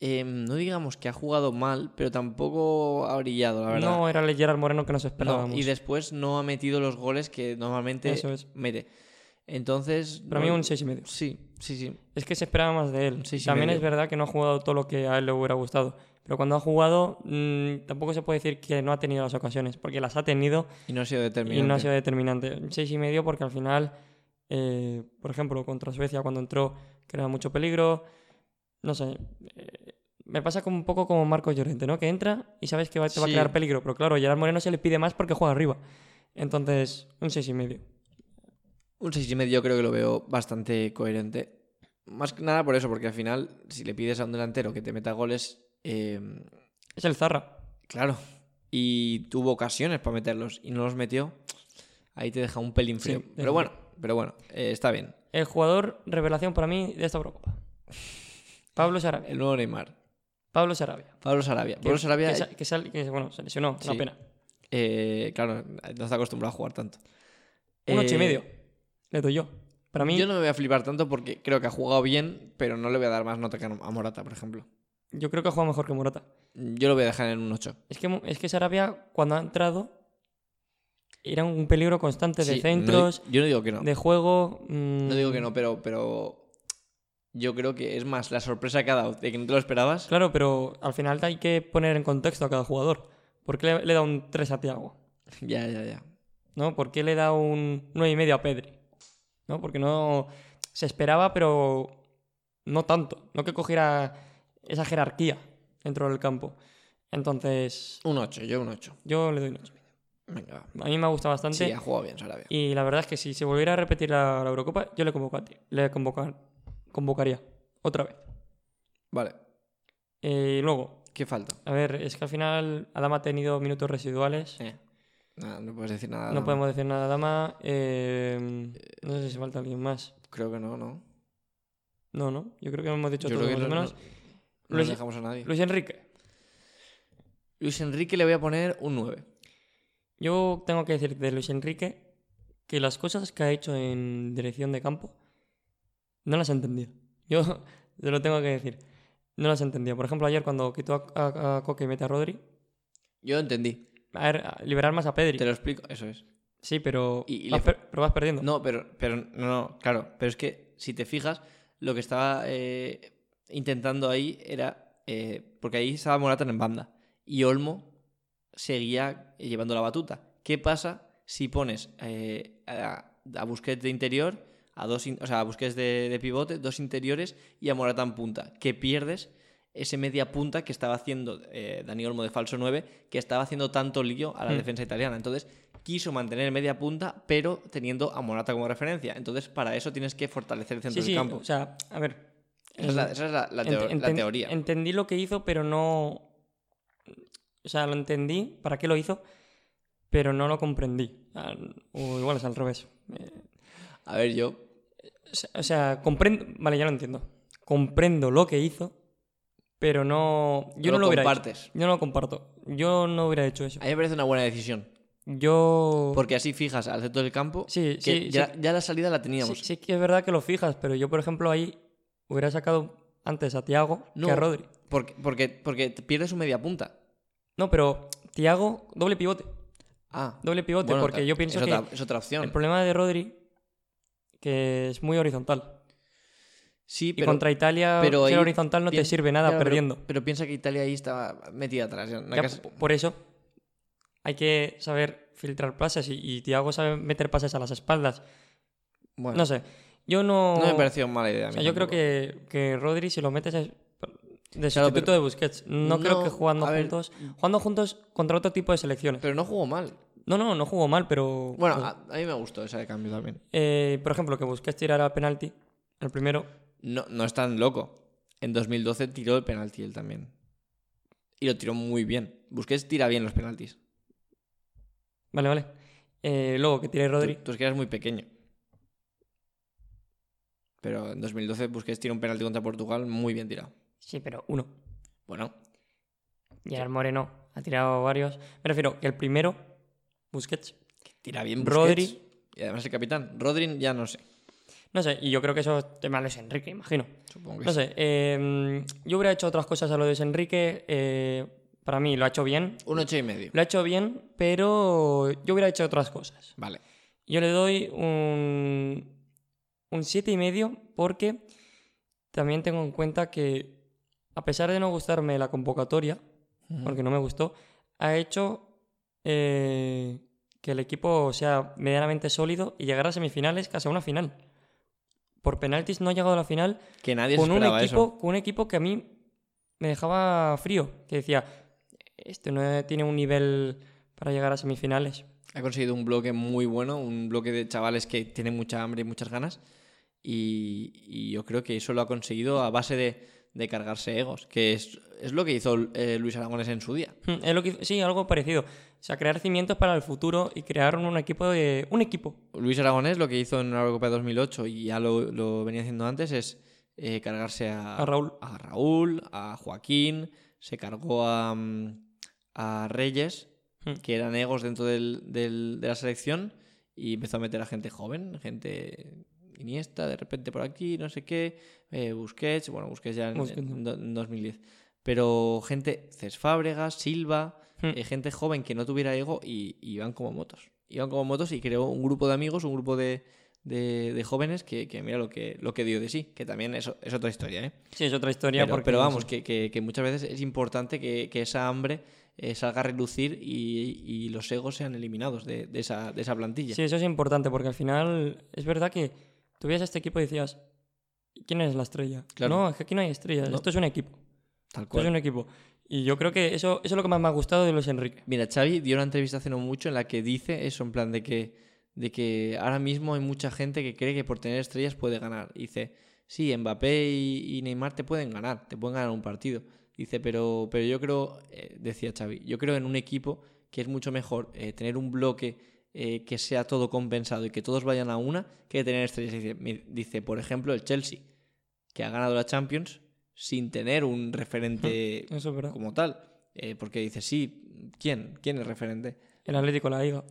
B: eh, no digamos que ha jugado mal, pero tampoco ha brillado, la verdad.
A: No era el Gerard Moreno que nos
B: No,
A: esperábamos.
B: y después no ha metido los goles que normalmente
A: Eso es.
B: mete. Entonces.
A: Para mí
B: no-
A: un 6 y medio.
B: Sí, sí, sí.
A: Es que se esperaba más de él.
B: Un seis y
A: También
B: medio.
A: es verdad que no ha jugado todo lo que a él le hubiera gustado. Pero cuando ha jugado, mm, tampoco se puede decir que no ha tenido las ocasiones, porque las ha tenido
B: Y no ha sido
A: y
B: determinante.
A: no ha sido determinante. Un Seis y medio porque al final, eh, por ejemplo, contra Suecia cuando entró creaba mucho peligro. No sé. eh, me pasa como un poco como Marco Llorente, ¿no? Que entra y sabes que va, te va a
B: Sí.
A: crear peligro. Pero claro, Gerard Moreno se le pide más porque juega arriba. Entonces, un seis y medio.
B: Un 6 y medio creo que lo veo bastante coherente. Más que nada por eso, porque al final, si le pides a un delantero que te meta goles, eh,
A: Es el Zarra.
B: claro. Y tuvo ocasiones para meterlos y no los metió. Ahí te deja un pelín frío.
A: desde
B: pero bueno, pero bueno, eh, está bien.
A: El jugador revelación para mí de esta
B: (laughs)
A: Eurocopa. Pablo Sarabia.
B: El nuevo Neymar.
A: Pablo Sarabia.
B: Pablo Sarabia.
A: Que-
B: Pablo Sarabia,
A: Que, sa- que sal- que, bueno, se lesionó.
B: Sí.
A: Una pena.
B: eh, claro, no está acostumbrado a jugar tanto.
A: Un ocho y
B: Eh,
A: medio. Le doy yo. Para mí,
B: Yo
A: yo,
B: no me voy a flipar tanto porque creo que ha jugado bien, pero no le voy a dar más nota que a Morata, por ejemplo.
A: creo que ha jugado mejor que Morata.
B: Yo lo voy a dejar en un 8.
A: Es que, Mo- es que Sarabia, cuando ha entrado, era un peligro constante de
B: Sí,
A: centros,
B: no di- yo no digo que no.
A: de juego. mm,
B: No digo que no, pero, pero yo creo que es más la sorpresa que ha dado de que no te lo esperabas.
A: Claro, pero al final hay que poner en contexto a cada jugador. ¿Por qué le, le da un 3 a Tiago?
B: Ya, ya, ya.
A: ¿no? ¿Por qué le da un 9,5 a Pedri? ¿No? Porque no se esperaba, pero no tanto. No que cogiera esa jerarquía dentro del campo. Entonces,
B: Un 8, yo un 8.
A: yo le doy un 8.
B: Venga, va.
A: A mí me gusta bastante.
B: Sí, ha jugado bien Sarabia.
A: y la verdad es que si se volviera a repetir la, la Eurocopa, yo le, convocaría, le convocar- convocaría otra vez.
B: Vale,
A: Eh, luego,
B: ¿qué falta?
A: a ver, es que al final Adama ha tenido minutos residuales.
B: Eh, nada, no puedes decir nada.
A: No podemos decir nada, Adama. Eh, no sé si falta alguien más.
B: Creo que no, ¿no?
A: No, no. Yo creo que hemos dicho
B: Yo
A: todo
B: creo que
A: más o
B: no-
A: menos.
B: No
A: Luis-
B: nos dejamos a nadie.
A: Luis Enrique.
B: Luis Enrique le voy a poner un 9.
A: Yo tengo que decir de Luis Enrique que las cosas que ha hecho en dirección de campo no las he entendido. Yo (laughs) te lo tengo que decir. No las he entendido. Por ejemplo, ayer cuando quitó a, a- a Coque y mete a Rodri,
B: Yo entendí.
A: a ver, a liberar más a Pedri.
B: Te lo explico, eso es.
A: Sí, pero,
B: Y- y
A: vas
B: le fa-
A: per- pero vas perdiendo.
B: No, pero, pero no, no, claro. Pero es que si te fijas, lo que estaba eh, intentando ahí era. eh, porque ahí estaba Morata en banda. Y Olmo seguía llevando la batuta. ¿Qué pasa si pones eh, a, a Busquets de interior, a dos in- o sea, a Busquets de, de pivote, dos interiores y a Morata en punta? Que pierdes ese media punta que estaba haciendo eh, Dani Olmo de falso 9, que estaba haciendo tanto lío a la
A: Mm.
B: defensa italiana. Entonces quiso mantener media punta, pero teniendo a Morata como referencia. Entonces para eso tienes que fortalecer el centro
A: sí, sí.
B: del campo.
A: O sea, a ver.
B: esa es la, esa es la- la teo-
A: Ent-
B: la
A: enten-
B: teoría.
A: Entendí lo que hizo, pero no. O sea, lo entendí, para qué lo hizo, pero no lo comprendí. Ah, O igual es al revés. Eh,
B: A ver, yo...
A: o sea- O sea, comprendo. Vale, ya lo entiendo. Comprendo lo que hizo, pero no. Yo
B: Lo
A: no lo hubiera
B: compartes.
A: hecho. Yo no lo comparto. Yo no hubiera hecho eso.
B: A mí me parece una buena decisión.
A: Yo.
B: Porque así fijas al centro del campo.
A: Sí,
B: que
A: sí,
B: ya,
A: sí.
B: ya la salida la
A: sí,
B: teníamos.
A: sí que es verdad que lo fijas, pero yo, por ejemplo, ahí hubiera sacado antes a Tiago
B: No.
A: que a Rodri.
B: Porque, porque, porque te pierdes su media punta.
A: No, pero Tiago, doble pivote.
B: Ah,
A: Doble pivote,
B: bueno,
A: porque
B: ta-
A: yo pienso
B: es
A: que.
B: Otra, es otra opción.
A: El problema de Rodri, que es muy horizontal.
B: sí,
A: Y
B: pero,
A: contra Italia,
B: pero
A: ser
B: ahí
A: horizontal no te
B: piensa-
A: sirve nada
B: claro, pero-
A: perdiendo.
B: Pero, piensa que Italia ahí estaba metida atrás. en la
A: Ya,
B: casa-
A: p- Por eso hay que saber filtrar pases y, y Thiago sabe meter pases a las espaldas.
B: bueno,
A: No sé, yo no...
B: no me pareció mala idea. a
A: o
B: mí
A: sea, yo creo
B: tampoco.
A: que, que Rodri, si lo metes, es de
B: Claro,
A: sustituto
B: pero-
A: de Busquets. No, creo
B: No,
A: que jugando
B: a ver.
A: juntos... Jugando juntos contra otro tipo de selecciones.
B: Pero no jugó mal.
A: No, no, no jugó mal, pero... pues,
B: Bueno, ah. a, a mí me gustó ese cambio también.
A: Eh, por ejemplo, que Busquets tirara penalti, el primero,
B: No, no es tan loco. En 2012 tiró el penalti él también. y lo tiró muy bien. Busquets tira bien los penaltis.
A: Vale, vale. Eh, luego, que tire
B: Tú,
A: Rodri.
B: tú es que eras muy pequeño. Pero en 2012 Busquets tira un penalti contra Portugal muy bien tirado.
A: Sí, pero uno.
B: Bueno,
A: Gerard Moreno ha tirado varios. Me refiero que el primero, Busquets.
B: tira bien Busquets.
A: Rodri.
B: Y además el capitán. Rodri ya no sé.
A: No sé, y yo creo que eso es tema de Luis Enrique, imagino.
B: Supongo que
A: No
B: sí.
A: sé, eh, yo hubiera hecho otras cosas a lo de Luis Enrique. eh, para mí lo ha hecho bien.
B: Un ocho y medio.
A: Lo ha hecho bien, pero yo hubiera hecho otras cosas.
B: Vale.
A: Yo le doy un, un siete y medio porque también tengo en cuenta que a pesar de no gustarme la convocatoria, porque no me gustó, ha hecho eh, que el equipo sea medianamente sólido y llegar a semifinales, casi a una final. Por penaltis no ha llegado a la final
B: Que nadie se
A: con un,
B: esperaba eso.
A: equipo, con un equipo que a mí me dejaba frío, que decía, este no tiene un nivel para llegar a semifinales. (laughs)
B: Ha conseguido un bloque muy bueno, un bloque de chavales que tienen mucha hambre y muchas ganas. Y, y yo creo que eso lo ha conseguido a base de, de cargarse egos, que es, es lo que hizo eh, Luis Aragones en su día.
A: Mm, es lo que hizo- sí, algo parecido. O sea, crear cimientos para el futuro y crear un equipo de. un equipo.
B: Luis Aragonés lo que hizo en la Eurocopa de 2008 y ya lo, lo venía haciendo antes es eh, cargarse a,
A: A Raúl.
B: a Raúl, a Joaquín, se cargó a, mm, a Reyes,
A: Hmm.
B: que eran egos dentro del- del- de la selección, y empezó a meter a gente joven, gente Iniesta, de repente por aquí, no sé qué, eh, Busquets, bueno, Busquets ya en,
A: Busquets,
B: en do- en 2010, pero gente, Cés Fábregas, Silva,
A: Hmm.
B: eh, gente joven que no tuviera ego y y iban como motos. Iban como motos y creó un grupo de amigos, un grupo de, de- de jóvenes que, que mira lo que, lo que dio de sí, que también eso es otra historia, ¿eh?
A: Sí, es otra historia.
B: Pero,
A: porque,
B: pero vamos, que, que- que muchas veces es importante que, que esa hambre eh, salga a relucir y, y los egos sean eliminados de, de esa, de esa plantilla.
A: Sí, eso es importante porque al final es verdad que tú veías a este equipo y decías, ¿quién es la estrella?
B: Claro.
A: No, es que aquí no hay estrellas,
B: No.
A: esto es un equipo.
B: Tal
A: Esto es
B: cual.
A: un equipo. Y yo creo que eso, eso es lo que más me ha gustado de Luis Enrique.
B: Mira, Xavi dio una entrevista hace no mucho en la que dice eso, en plan de que, de que ahora mismo hay mucha gente que cree que por tener estrellas puede ganar. Y Dice, sí, Mbappé y, y Neymar te pueden ganar, te pueden ganar un partido. Dice, pero, pero yo creo, eh, decía Xavi, yo creo en un equipo que es mucho mejor eh, tener un bloque eh, que sea todo compensado y que todos vayan a una que tener estrellas. Dice, me- dice, por ejemplo, el Chelsea, que ha ganado la Champions sin tener
A: (laughs)
B: un referente
A: Eso es verdad.
B: como tal. Eh, porque dice, sí, ¿quién? ¿Quién es referente?
A: El Atlético, la Liga.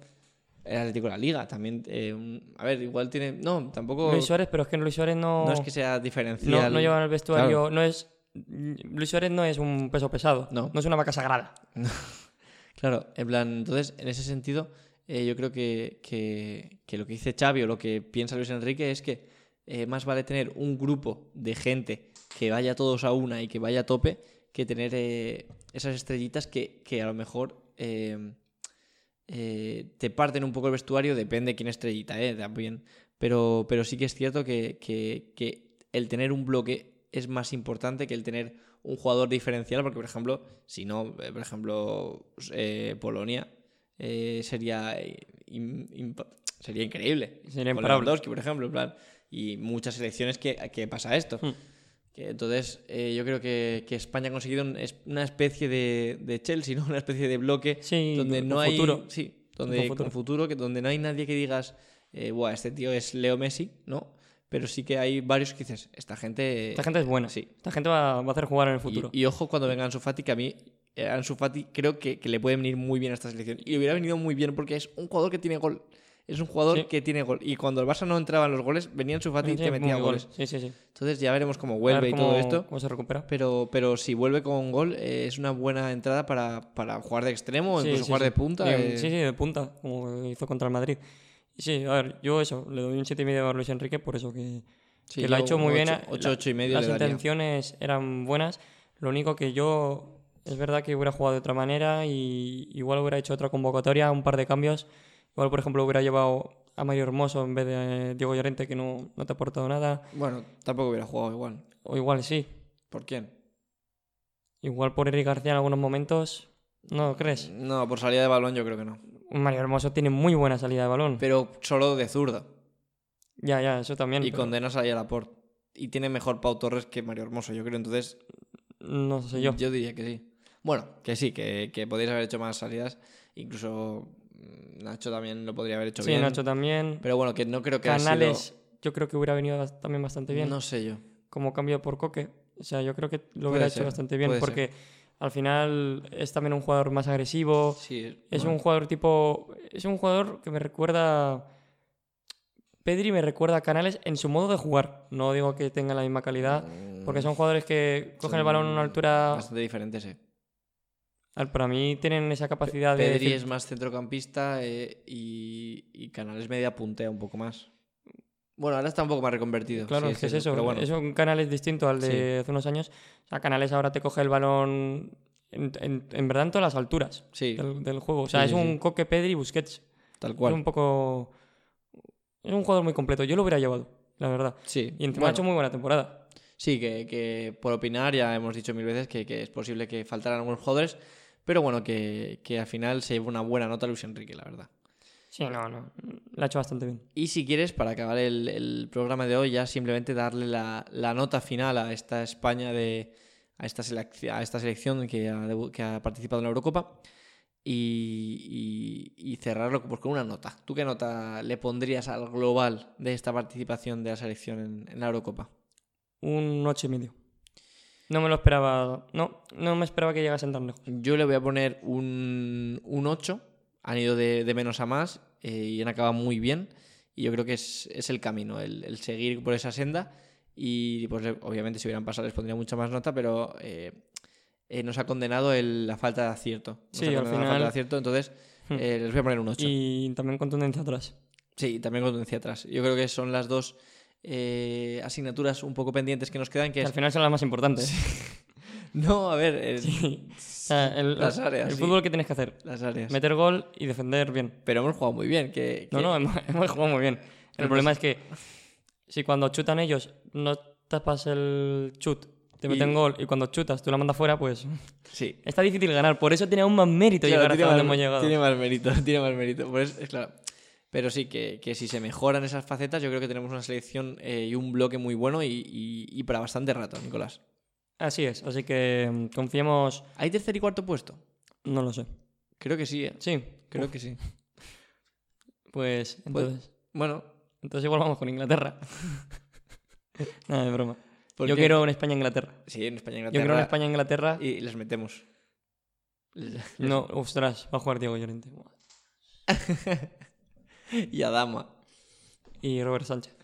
B: El Atlético de la Liga también. eh, un- a ver, igual tiene. No, tampoco.
A: Luis Suárez, pero es que Luis Suárez no.
B: No es que sea
A: no-
B: diferencial.
A: no lleva en el vestuario.
B: Claro.
A: No es. Luis Suárez no es un peso pesado.
B: No.
A: No es una vaca sagrada.
B: Claro, en plan, entonces, en ese sentido, eh, yo creo que, que- que lo que dice Xavi o lo que piensa Luis Enrique es que eh, más vale tener un grupo de gente que vaya todos a una y que vaya a tope que tener eh, esas estrellitas que, que a lo mejor eh, eh, te parten un poco el vestuario, depende quién estrellita, eh, también. Pero, pero sí que es cierto que, que- que el tener un bloque es más importante que el tener un jugador diferencial, porque por ejemplo, si no, eh, por ejemplo, eh, Polonia eh, sería, eh, im- imp- sería increíble.
A: Sería
B: Con
A: imparable.
B: Lewandowski, por ejemplo, en plan, y muchas selecciones que, que pasa esto.
A: Hmm.
B: Que entonces, eh, yo creo que, que España ha conseguido un- es- una especie de, de Chelsea, ¿no? (laughs) Una especie de bloque
A: Sí,
B: donde
A: con
B: no hay
A: futuro.
B: sí donde con
A: Con
B: futuro,
A: futuro.
B: que donde no hay nadie que digas eh, Buah, este tío es Leo Messi no pero sí que hay varios que dices esta gente
A: Esta gente es buena.
B: sí.
A: Esta gente va, va a hacer jugar en el futuro.
B: y, y ojo cuando venga Ansu Fati que a mí eh, Ansu Fati creo que, que le puede venir muy bien a esta selección y le hubiera venido muy bien porque es un jugador que tiene gol es un jugador
A: Sí.
B: que tiene gol y cuando el Barça no entraba en los goles venía Ansu Fati y
A: Sí,
B: te metía
A: muy
B: goles
A: gol. Sí, sí, sí.
B: entonces ya veremos
A: A
B: cómo
A: ver
B: vuelve y
A: cómo-
B: todo esto
A: ¿Cómo se recupera?
B: pero, pero si vuelve con gol eh, es una buena entrada para, para jugar de extremo o
A: Sí,
B: incluso
A: sí,
B: jugar
A: sí.
B: de punta
A: Digo,
B: eh.
A: Sí, sí, de punta, como hizo contra el Madrid. Sí, a ver, yo eso, le doy un 7,5 a Luis Enrique por eso que,
B: Sí,
A: que lo ha
B: yo
A: hecho
B: un
A: muy bien. eh,
B: ocho- ocho,
A: La-
B: ocho y medio
A: Las
B: le daría.
A: intenciones eran buenas. Lo único que yo, es verdad que hubiera jugado de otra manera y igual hubiera hecho otra convocatoria, un par de cambios. Igual, por ejemplo, hubiera llevado a Mario Hermoso en vez de eh, Diego Llorente, que no, no te ha aportado nada.
B: Bueno, tampoco hubiera jugado igual.
A: O igual sí,
B: ¿Por quién?
A: igual por Eric García en algunos momentos. ¿No crees?
B: No, por salida de balón yo creo que no.
A: Mario Hermoso tiene muy buena salida de balón.
B: Pero solo de zurda.
A: ya, ya, eso también.
B: Y
A: pero
B: condenas a Laporte. Y tiene mejor Pau Torres que Mario Hermoso, yo creo. Entonces,
A: No sé yo.
B: yo diría que sí. Bueno, que sí, que, que podéis haber hecho más salidas. Incluso mm, Nacho también lo podría haber hecho
A: Sí,
B: bien.
A: Nacho también.
B: Pero bueno, que no creo que haya sido-
A: Canales, yo creo que hubiera venido bas- también bastante bien.
B: No sé yo.
A: Como cambio por Coque. O sea, yo creo que lo
B: Puede
A: hubiera
B: ser,
A: hecho bastante bien
B: puede ser.
A: porque al final es también un jugador más agresivo.
B: Sí,
A: Es
B: bueno.
A: un jugador tipo. Es un jugador que me recuerda. Pedri me recuerda a Canales en su modo de jugar. No digo que tenga la misma calidad, porque son jugadores que cogen el balón a una
B: Son
A: altura.
B: mm, Bastante diferente, sí.
A: al- Para mí tienen esa capacidad de.
B: Pedri
A: decir-
B: es más centrocampista eh, y, y Canales media puntea un poco más. Bueno, ahora está un poco más reconvertido.
A: Claro,
B: sí,
A: es que es eso.
B: Pero bueno,
A: Es un Canales distinto al de
B: Sí.
A: hace unos años. O sea, Canales ahora te coge el balón en, en- en verdad en todas las alturas
B: sí,
A: del, del juego. O sea,
B: Sí,
A: es
B: sí,
A: un
B: sí.
A: Coque Pedri Busquets.
B: tal
A: Es
B: cual.
A: un poco. Es un jugador muy completo. Yo lo hubiera llevado, la verdad.
B: Sí,
A: Y encima
B: bueno,
A: ha hecho muy buena temporada.
B: sí que, que por opinar ya hemos dicho mil veces que, que es posible que faltaran algunos jugadores, pero bueno, que, que al final se lleva una buena nota Luis Enrique, la verdad.
A: Sí, no, no. La ha hecho bastante bien.
B: Y si quieres, para acabar el, el programa de hoy, ya simplemente darle la, la nota final a esta España de. a esta, selec- a esta selección que ha, debu- que ha participado en la Eurocopa. Y, y- y cerrarlo pues, con una nota. ¿Tú qué nota le pondrías al global de esta participación de la selección en, en la Eurocopa?
A: Un 8 y medio. No me lo esperaba. No, no me esperaba que llegasen tan lejos.
B: Yo le voy a poner un, un 8. Han ido de, de menos a más eh, y han acabado muy bien. Y yo creo que es, es el camino, el, el seguir por esa senda. Y pues le- obviamente si hubieran pasado les pondría mucha más nota, pero eh, eh, nos ha condenado el- la falta de acierto. Nos
A: Sí,
B: ha
A: al
B: condenado la falta de
A: final-
B: acierto, entonces
A: Hmm.
B: eh, les voy a poner un 8.
A: Y también con tendencia atrás.
B: Sí, también contundencia atrás. Yo creo que son las dos eh, asignaturas un poco pendientes que nos quedan, que
A: Que
B: es...
A: al final ¿eh? son las más importantes.
B: (laughs) No, a ver, es-
A: O sea, el,
B: Las áreas,
A: el
B: sí.
A: fútbol que tienes que hacer.
B: las áreas.
A: Meter gol y defender bien.
B: Pero hemos jugado muy bien. Que,
A: No,
B: que-
A: no, hemos, (laughs) hemos jugado muy bien. El
B: Pero pues
A: problema es que si cuando chutan ellos no tapas el chut, te
B: Y-
A: meten gol y cuando chutas tú la mandas fuera, pues (laughs)
B: Sí,
A: está difícil ganar. Por eso tiene aún más mérito
B: Claro,
A: llegar hasta donde hemos
B: más-
A: llegado.
B: tiene más mérito, (laughs) tiene más mérito. Por eso- es claro. Pero sí, que, que si se mejoran esas facetas, yo creo que tenemos una selección eh, y un bloque muy bueno y, y- y para bastante rato, Nicolás.
A: Así es, así que mm, confiemos,
B: ¿Hay tercer y cuarto puesto?
A: no lo sé.
B: Creo que sí, eh.
A: Sí,
B: Creo que sí.
A: pues
B: Pues-
A: entonces,
B: Bueno,
A: entonces igual vamos con Inglaterra. (laughs) Nada, de broma.
B: ¿por
A: Yo
B: qué?
A: quiero una España-Inglaterra.
B: Sí, en España,
A: Yo quiero una
B: Inglaterra,
A: España-Inglaterra.
B: Y les metemos. (laughs)
A: No, ostras, va a jugar Diego Llorente.
B: Y a Dama.
A: Y Robert
B: (laughs)
A: Sánchez.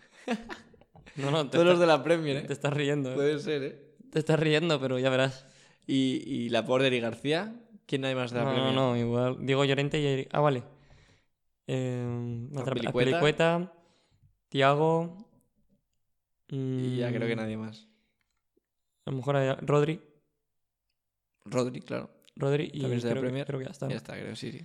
A: No, no, te,
B: Todos los
A: estás-
B: de la Premier,
A: te
B: ¿eh?
A: estás riendo. eh.
B: Puede ser, ¿eh?
A: Te estás riendo, pero ya verás.
B: Y, y la Porter y García. ¿Quién hay más de la
A: No, no,
B: Premier?
A: no, igual. Diego Llorente y. Ah, vale. Eh, otra-
B: Azpilicueta.
A: Azpilicueta, Tiago.
B: Y ya creo que
A: mm,
B: nadie más.
A: A lo mejor hay- Rodri.
B: Rodri, claro.
A: Rodri y
B: También es de la
A: creo, que,
B: Premier.
A: creo que ya está.
B: Ya está, creo, sí, sí.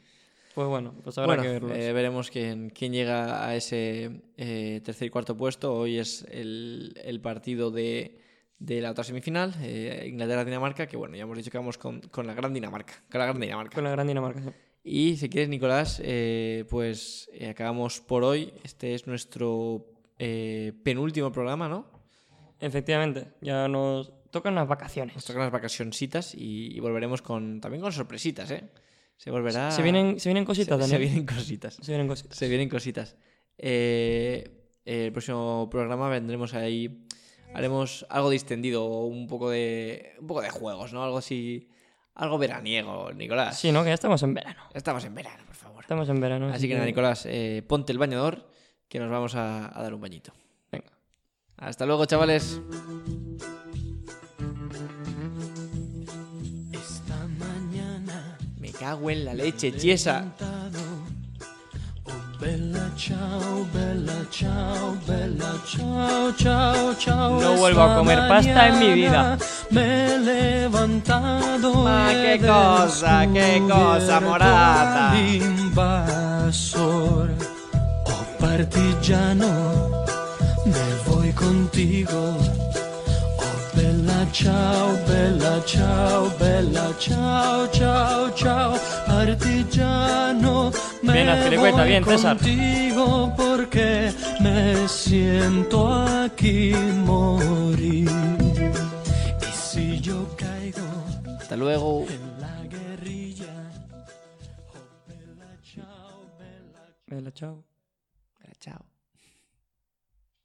A: Pues bueno, pues habrá
B: Bueno,
A: que verlo.
B: eh, veremos quién, quién llega a ese eh, tercer y cuarto puesto. Hoy es el, el partido de, de la otra semifinal, eh, Inglaterra-Dinamarca, que bueno, ya hemos dicho que vamos con, con la gran Dinamarca. Con la gran Dinamarca.
A: Con la gran Dinamarca. sí.
B: Y si quieres, Nicolás, eh, pues eh, acabamos por hoy. Este es nuestro eh, penúltimo programa, ¿no?
A: Efectivamente, ya nos tocan las
B: Nos
A: vacaciones.
B: tocan las vacacioncitas y, y volveremos con también con sorpresitas, ¿eh? Se volverá...
A: Se vienen, se vienen
B: se-
A: cositas,
B: se
A: Daniel.
B: vienen cositas.
A: Se vienen cositas.
B: Se vienen cositas. Eh, el próximo programa vendremos ahí. Haremos algo distendido, un poco de. un poco de juegos, ¿no? Algo así. Algo veraniego, Nicolás.
A: Sí, ¿no? Que ya estamos en verano.
B: Estamos en verano, por favor.
A: Estamos en verano.
B: Así que nada, Nicolás, eh, ponte el bañador que nos vamos a, a dar un bañito.
A: Venga.
B: Hasta luego, chavales.
C: Esta mañana
B: Me cago en la leche, chiesa.
C: cantado. Oh, bella ciao, bella ciao, bella ciao, ciao, ciao.
A: No
C: Esta
A: vuelvo a comer pasta en mi vida.
C: mañana Me he levantado.
B: Ma, qué
C: he
B: cosa, qué cosa
C: descubierto
B: morata.
C: al Invasor, oh partigiano, me voy contigo. Oh, bella ciao, bella ciao, bella ciao, ciao, ciao, partigiano. Me
A: Bien, Azpilicueta,
C: voy
A: bien, César.
C: contigo porque me siento aquí morir. Y si yo caigo,
B: Hasta luego.
C: La guerrilla. Oh, bella ciao, bella
A: Vela, chao.
B: Chao.